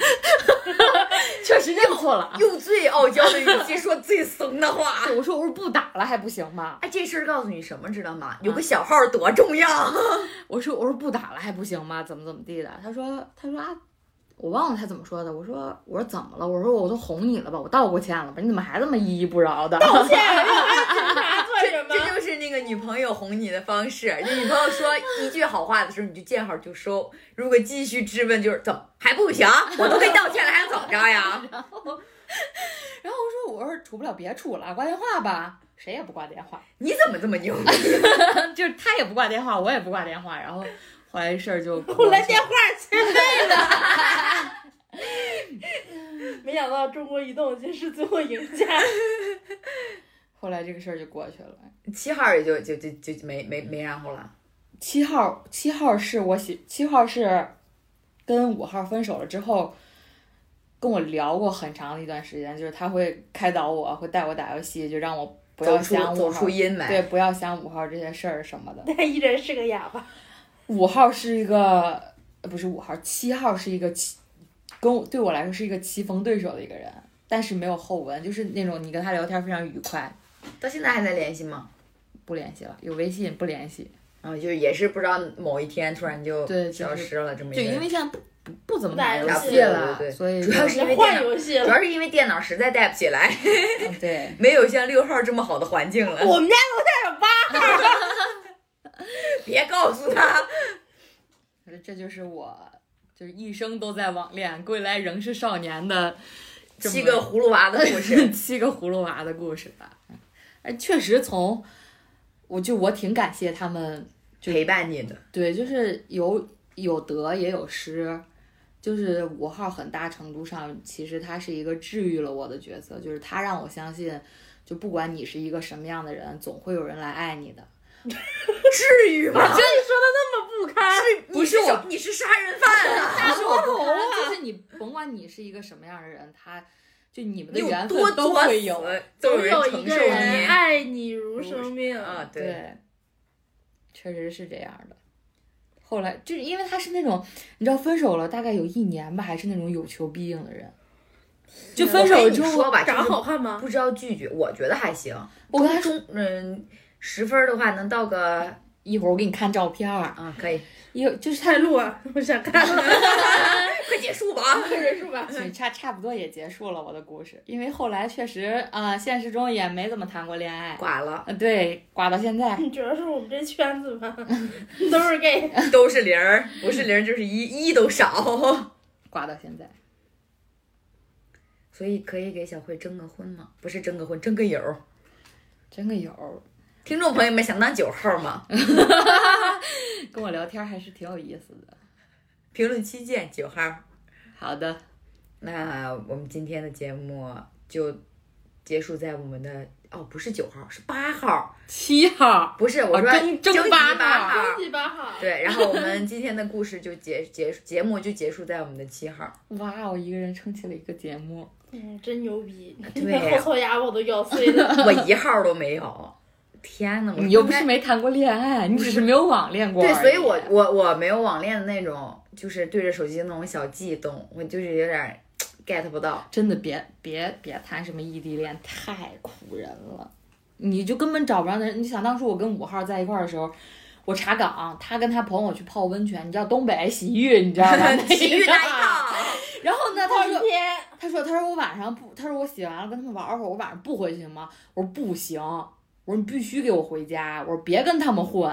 [SPEAKER 6] 确实认错了啊。
[SPEAKER 2] 用最傲娇的语气说最怂的
[SPEAKER 4] 啊
[SPEAKER 2] 话。
[SPEAKER 6] 对”我说：“我说不打了还不行吗？
[SPEAKER 2] 哎，这事儿告诉你什么，知道吗？有
[SPEAKER 6] 啊
[SPEAKER 2] 个小号多重要。
[SPEAKER 6] 我说我说不打了还不行吗？怎么怎么地的？他说他说啊，我忘了他怎么说的。我说我说怎么了？我说我都哄你了吧，我道过歉了吧？你怎么还这么依依不饶的？
[SPEAKER 4] 道歉，还做什
[SPEAKER 2] 这
[SPEAKER 4] 么？
[SPEAKER 2] 就是那个女朋友哄你的方式。就女朋友说一句好话的时候，你就见好就收；如果继续质问，就是怎么还不行？我都跟你道歉了，还想怎么着呀？
[SPEAKER 6] 然后我说我说处不了别处了，挂电话吧，谁也不挂电话，嗯
[SPEAKER 2] 你怎么这么牛逼？
[SPEAKER 6] 就是他也不挂电话，我也不挂电话，然后后来事儿就
[SPEAKER 4] 我来电话去 累了。没想到中国移动竟是最后赢家，
[SPEAKER 6] 后来这个事儿就过去了。
[SPEAKER 2] 七号也就就就就没没没然后了。
[SPEAKER 6] 七号七号是我喜七号是跟五号分手了之后，跟我聊过很长的一段时间，就是他会开导我，会带我打游戏，就让我不要
[SPEAKER 2] 走出
[SPEAKER 6] 想五
[SPEAKER 2] 走
[SPEAKER 6] 号
[SPEAKER 2] 出，阴霾。
[SPEAKER 6] 对，不要想五号这些事儿什么的。
[SPEAKER 3] 他依然是个哑巴。
[SPEAKER 6] 五号是一个，呃不是五号，七号是一个棋，跟我对我来说是一个棋逢对手的一个人，但是没有后文，就是那种你跟他聊天非常愉快，
[SPEAKER 2] 到现在还在联系吗？
[SPEAKER 6] 不联系了，有微信不联系，
[SPEAKER 2] 然后就是也是不知道某一天突然就
[SPEAKER 6] 对就是
[SPEAKER 2] 消失了，这么一
[SPEAKER 6] 就
[SPEAKER 2] 个
[SPEAKER 6] 因
[SPEAKER 2] 人
[SPEAKER 6] 为现在不不不怎么
[SPEAKER 3] 打
[SPEAKER 6] 打
[SPEAKER 3] 游
[SPEAKER 6] 游
[SPEAKER 3] 戏
[SPEAKER 6] 戏了，
[SPEAKER 2] 对对对
[SPEAKER 6] 所以
[SPEAKER 2] 主要是因为电
[SPEAKER 3] 换
[SPEAKER 2] 脑，
[SPEAKER 3] 游戏
[SPEAKER 2] 主
[SPEAKER 3] 了。
[SPEAKER 2] 要是因为电脑实在带不起来，
[SPEAKER 6] 嗯对，
[SPEAKER 2] 没有像六号这么好的环境了。
[SPEAKER 3] 我们家楼下有八
[SPEAKER 2] 别告诉他，
[SPEAKER 6] 可是这就是我就是一生都在网恋，归来仍是少年的 这么
[SPEAKER 2] 七 个葫芦娃的故事
[SPEAKER 6] 七个葫芦娃的故事吧。哎，确实从我就我挺感谢他们就
[SPEAKER 2] 陪伴 你的，
[SPEAKER 6] 对，就是有有得也有失，就是五号很大程度上，其实他是一个治愈了我的角色，就是他让我相信，就不管你是一个什么样的人，总会有人来爱你的。
[SPEAKER 2] 至于吗？
[SPEAKER 3] 不开，
[SPEAKER 6] 不是我，
[SPEAKER 2] 你是杀人犯啊！
[SPEAKER 6] 但是我不看，就是你 甭管你是一个什么样的人，他就你们的
[SPEAKER 2] 你有
[SPEAKER 6] 缘
[SPEAKER 2] 多
[SPEAKER 6] 分都
[SPEAKER 2] 作
[SPEAKER 6] 会
[SPEAKER 2] 死
[SPEAKER 6] 有。，
[SPEAKER 2] 都
[SPEAKER 3] 总有
[SPEAKER 2] 人
[SPEAKER 3] 一
[SPEAKER 2] 承
[SPEAKER 3] 个
[SPEAKER 2] 受
[SPEAKER 3] 人
[SPEAKER 2] 你
[SPEAKER 3] 爱你如生命。
[SPEAKER 2] 啊！对，
[SPEAKER 6] 对，确实是这样的。后来就是因为他是那种，你知道，分手了大概有一年吧，还是那种有求必应的人。就分手
[SPEAKER 2] 我
[SPEAKER 6] 了
[SPEAKER 2] 跟
[SPEAKER 6] 之
[SPEAKER 2] 你
[SPEAKER 6] 后，
[SPEAKER 2] 说吧，就
[SPEAKER 3] 长
[SPEAKER 2] 是
[SPEAKER 3] 好看吗？
[SPEAKER 2] 不知道拒绝，我觉得还行。
[SPEAKER 6] 我跟他说
[SPEAKER 2] 中嗯，十分儿的话能到个
[SPEAKER 6] 一会儿我给你看照片儿，
[SPEAKER 2] 啊，可以，
[SPEAKER 6] 一就是
[SPEAKER 3] 太录啊，我想看了。
[SPEAKER 2] 快结束吧。
[SPEAKER 3] 人数吧，
[SPEAKER 6] 所以差差不多也结束了我的故事，因为后来确实啊、现实中也没怎么谈过恋爱，
[SPEAKER 2] 挂了，
[SPEAKER 6] 呃对，挂到现在，
[SPEAKER 3] 主要是我们这圈子吧， 都是 gay。
[SPEAKER 2] 都是零儿，不是零儿就是一，一都少。
[SPEAKER 6] 挂到现在，
[SPEAKER 2] 所以可以给小慧征个婚吗？不是征个婚，征个友。
[SPEAKER 6] 真个有儿，
[SPEAKER 2] 听众朋友们，想当九号吗？
[SPEAKER 6] 跟我聊天还是挺有意思的。
[SPEAKER 2] 评论区见，九号。
[SPEAKER 6] 好的，
[SPEAKER 2] 那我们今天的节目就结束在我们的哦，不是九号，是八号，
[SPEAKER 6] 七号，
[SPEAKER 2] 不是我说
[SPEAKER 6] 征征
[SPEAKER 2] 集
[SPEAKER 6] 八
[SPEAKER 2] 哦八
[SPEAKER 6] 号
[SPEAKER 2] 号。
[SPEAKER 3] 第八号，
[SPEAKER 2] 对，然后我们今天的故事就结结节目就结束在我们的七号。
[SPEAKER 6] 哇，我一个人撑起了一个节目，
[SPEAKER 3] 嗯，真牛逼！
[SPEAKER 2] 对呀
[SPEAKER 3] 那后槽牙我都咬碎 了。
[SPEAKER 2] 我一号都没有。天呐，我
[SPEAKER 6] 你又不
[SPEAKER 2] 应该
[SPEAKER 6] 是没谈过恋爱，你只是没有网恋过而
[SPEAKER 2] 对，
[SPEAKER 6] 已。啊
[SPEAKER 2] 所以我我我没有网恋的那种，就是对着手机那种小悸动，我就是有点 get 不 到。
[SPEAKER 6] 真的别别别谈什么异地恋，太苦人了，你就根本找不着人。你想当初我跟五号在一块儿的时候，我查岗，他跟他朋友去泡温泉，你知道东北洗浴，你知 道吧？
[SPEAKER 2] 体育大一
[SPEAKER 6] 套。
[SPEAKER 2] 套，
[SPEAKER 6] 然后呢，他说
[SPEAKER 3] 天，
[SPEAKER 6] 他说他说我晚上不，他说我洗完了跟他们玩会儿，我晚上不回去行吗？我说不行，我说你必须给我回家，我说别跟他们混。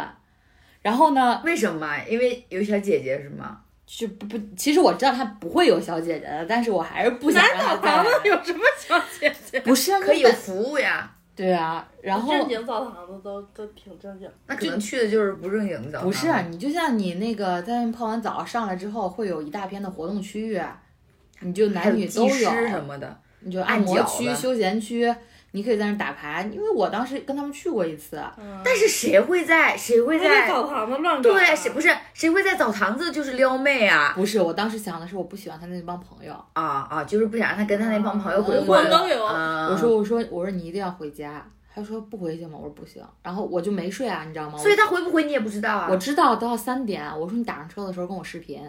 [SPEAKER 6] 然后呢，
[SPEAKER 2] 为什么？啊因为有小姐姐是吗？
[SPEAKER 6] 就不不，其实我知道他不会有小姐姐的，但是我还是不想让他
[SPEAKER 3] 澡堂
[SPEAKER 6] 再
[SPEAKER 3] 子有什么小姐姐？
[SPEAKER 6] 不是啊
[SPEAKER 2] 可以有服务呀，
[SPEAKER 6] 对啊，然后
[SPEAKER 3] 正经澡堂子都都挺正经，
[SPEAKER 2] 那可能去的就是不正经的澡堂。
[SPEAKER 6] 不是啊，你就像你那个在那泡完澡上来之后，会有一大片的活动区域，啊你就
[SPEAKER 2] 还
[SPEAKER 6] 男
[SPEAKER 2] 有
[SPEAKER 6] 女
[SPEAKER 2] 技
[SPEAKER 6] 都
[SPEAKER 2] 师
[SPEAKER 6] 有，嗯
[SPEAKER 2] 什么的，
[SPEAKER 6] 你就按摩
[SPEAKER 2] 按脚
[SPEAKER 6] 区、
[SPEAKER 2] 的
[SPEAKER 6] 休闲区，你可以在那儿打牌。因为我当时跟他们去过一次，
[SPEAKER 3] 嗯
[SPEAKER 2] 但是谁会在谁会
[SPEAKER 3] 在
[SPEAKER 2] 在
[SPEAKER 3] 澡堂子乱搞啊。
[SPEAKER 2] 对谁不是谁会在澡堂子就是撩妹啊
[SPEAKER 6] 不是，我当时想的是我不喜欢他那帮朋友，
[SPEAKER 2] 啊啊！就是不想让他跟他那帮朋友鬼
[SPEAKER 3] 我
[SPEAKER 2] 混
[SPEAKER 3] 们。都有。
[SPEAKER 2] 啊
[SPEAKER 6] 哦我说我说我说你一定要回家，他说不回去吗？我说不行，然后我就没睡啊，你知道吗？
[SPEAKER 2] 所以他回不回你也不知道啊。
[SPEAKER 6] 我知道都要三点，我说你打上车的时候跟我视频。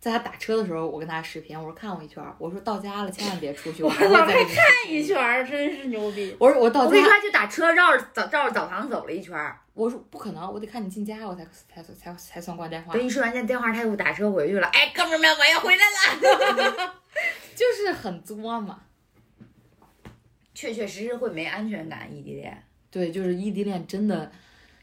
[SPEAKER 6] 在他打车的时候，我跟他视频，我说看我一圈儿，我说到家了千万别出去， 我
[SPEAKER 3] 我
[SPEAKER 6] 还会
[SPEAKER 3] 老
[SPEAKER 6] 再
[SPEAKER 3] 还
[SPEAKER 6] 给你看
[SPEAKER 3] 看一圈儿，真是牛逼。
[SPEAKER 6] 我说我到
[SPEAKER 2] 我
[SPEAKER 6] 家
[SPEAKER 2] 跟你，说，他就打车绕着澡绕着澡堂走了一圈儿。
[SPEAKER 6] 我说不可能，我得看你进家，我才才才才算挂电话
[SPEAKER 2] 等。你说完这电话，他又打车回去了。哎，哥们儿们，我要回来了。
[SPEAKER 6] 就是很作嘛，
[SPEAKER 2] 确确实实会没安全感，异地恋
[SPEAKER 6] 对，就是异地恋真的，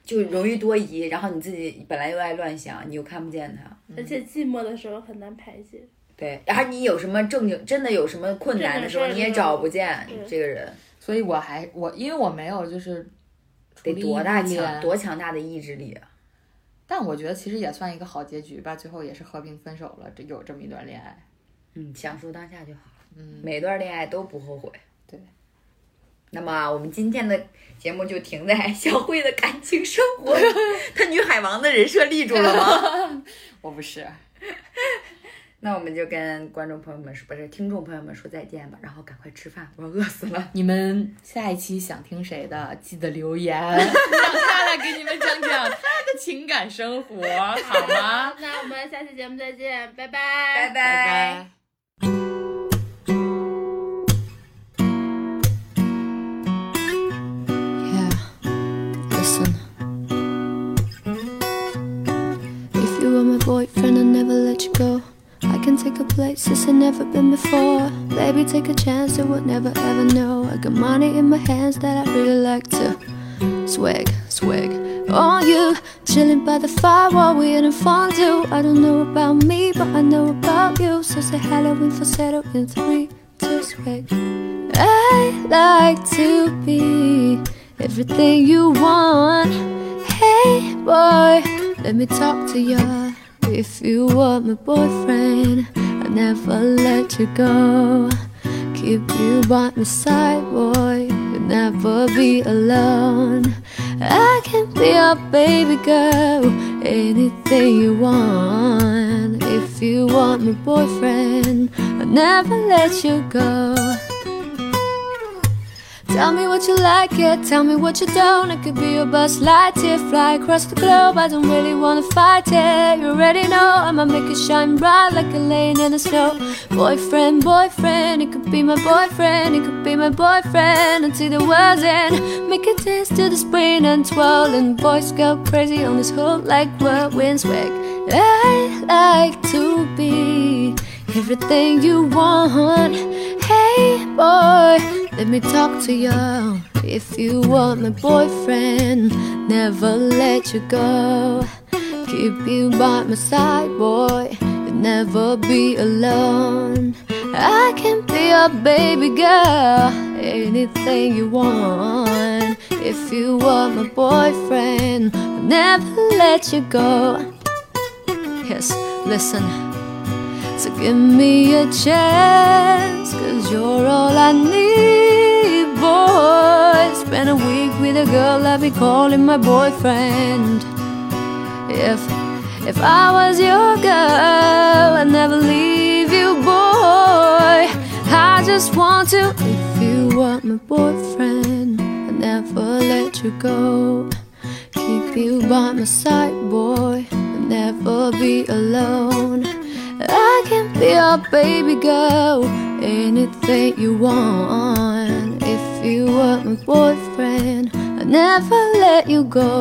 [SPEAKER 2] 就容易多疑，然后你自己本来又爱乱想，你又看不见他。
[SPEAKER 3] 而且寂寞的时候很难排解。
[SPEAKER 2] 对，然后你有什么正经，真的有什么困难的时候，
[SPEAKER 3] 正
[SPEAKER 2] 你
[SPEAKER 3] 经事儿
[SPEAKER 2] 也找不见
[SPEAKER 3] 对
[SPEAKER 2] 这个人，
[SPEAKER 6] 所以我还我因为我没有就是
[SPEAKER 2] 得多大
[SPEAKER 6] 处理异地
[SPEAKER 2] 强
[SPEAKER 6] 恋，
[SPEAKER 2] 多强大的意志力啊！
[SPEAKER 6] 但我觉得其实也算一个好结局吧，最后也是和平分手了，这有这么一段恋爱，
[SPEAKER 2] 嗯，享受当下就好了。
[SPEAKER 6] 嗯，
[SPEAKER 2] 每段恋爱都不后悔。
[SPEAKER 6] 对。
[SPEAKER 2] 那么我们今天的节目就停在小慧的感情生活，她女海王的人设立住了吗？
[SPEAKER 6] 我不是，
[SPEAKER 2] 那我们就跟观众朋友们说，不是听众朋友们说再见吧，然后赶快吃饭，我要饿死了。
[SPEAKER 6] 你们下一期想听谁的，记得留言，让他来给你们讲讲他的情感生活，好 吗？
[SPEAKER 3] 那我们下期节目再见，拜拜，
[SPEAKER 2] 拜
[SPEAKER 3] 拜
[SPEAKER 2] 拜。
[SPEAKER 6] 拜拜。
[SPEAKER 13] Yeah, listen. If you were my boyfriend, I'd never let you go. I can take a places I've never been before. Baby, take a chance, I would never ever know. I got money in my hands that I really like to swag, swag. On you, chilling by the fire while we in a fondue. I don't know about me, but I know about you. So say hello in falsetto in three, two, swag. I like to be everything you want. Hey boy, let me talk to ya. If you were my boyfriend, I'd never let you go. Keep you by my side, boy. You'll never be alone. I can be your baby girl, anything you want. If you want my boyfriend, I'll never let you go. Tell me what you like, yeah. Tell me what you don't. I could be your bus lightyear, fly across the globe. I don't really wanna fight it. You already know I'ma make it shine bright like a lane in the snow. Boyfriend, boyfriend, it could be my boyfriend, it could be my boyfriend until the world's end. Make it dance to the spin and twirl, and boys go crazy on this hook like whirlwind swag. I like to be everything you want. Hey boy, let me talk to you. If you were my boyfriend, never let you go. Keep you by my side, boy. You'll never be alone. I can be a baby girl, anything you want. If you were my boyfriend, I'll never let you go. Yes, listen. So give me a chance, cause you're all I need, boy. Spend a week with a girl I'll be calling my boyfriend. If if I was your girl, I'd never leave you, boy. I just want to. If you were my boyfriend, I'd never let you go. Keep you by my side, boy. I'll never be alone. I can be your baby girl, anything you want. If you were my boyfriend, I'd never let you go.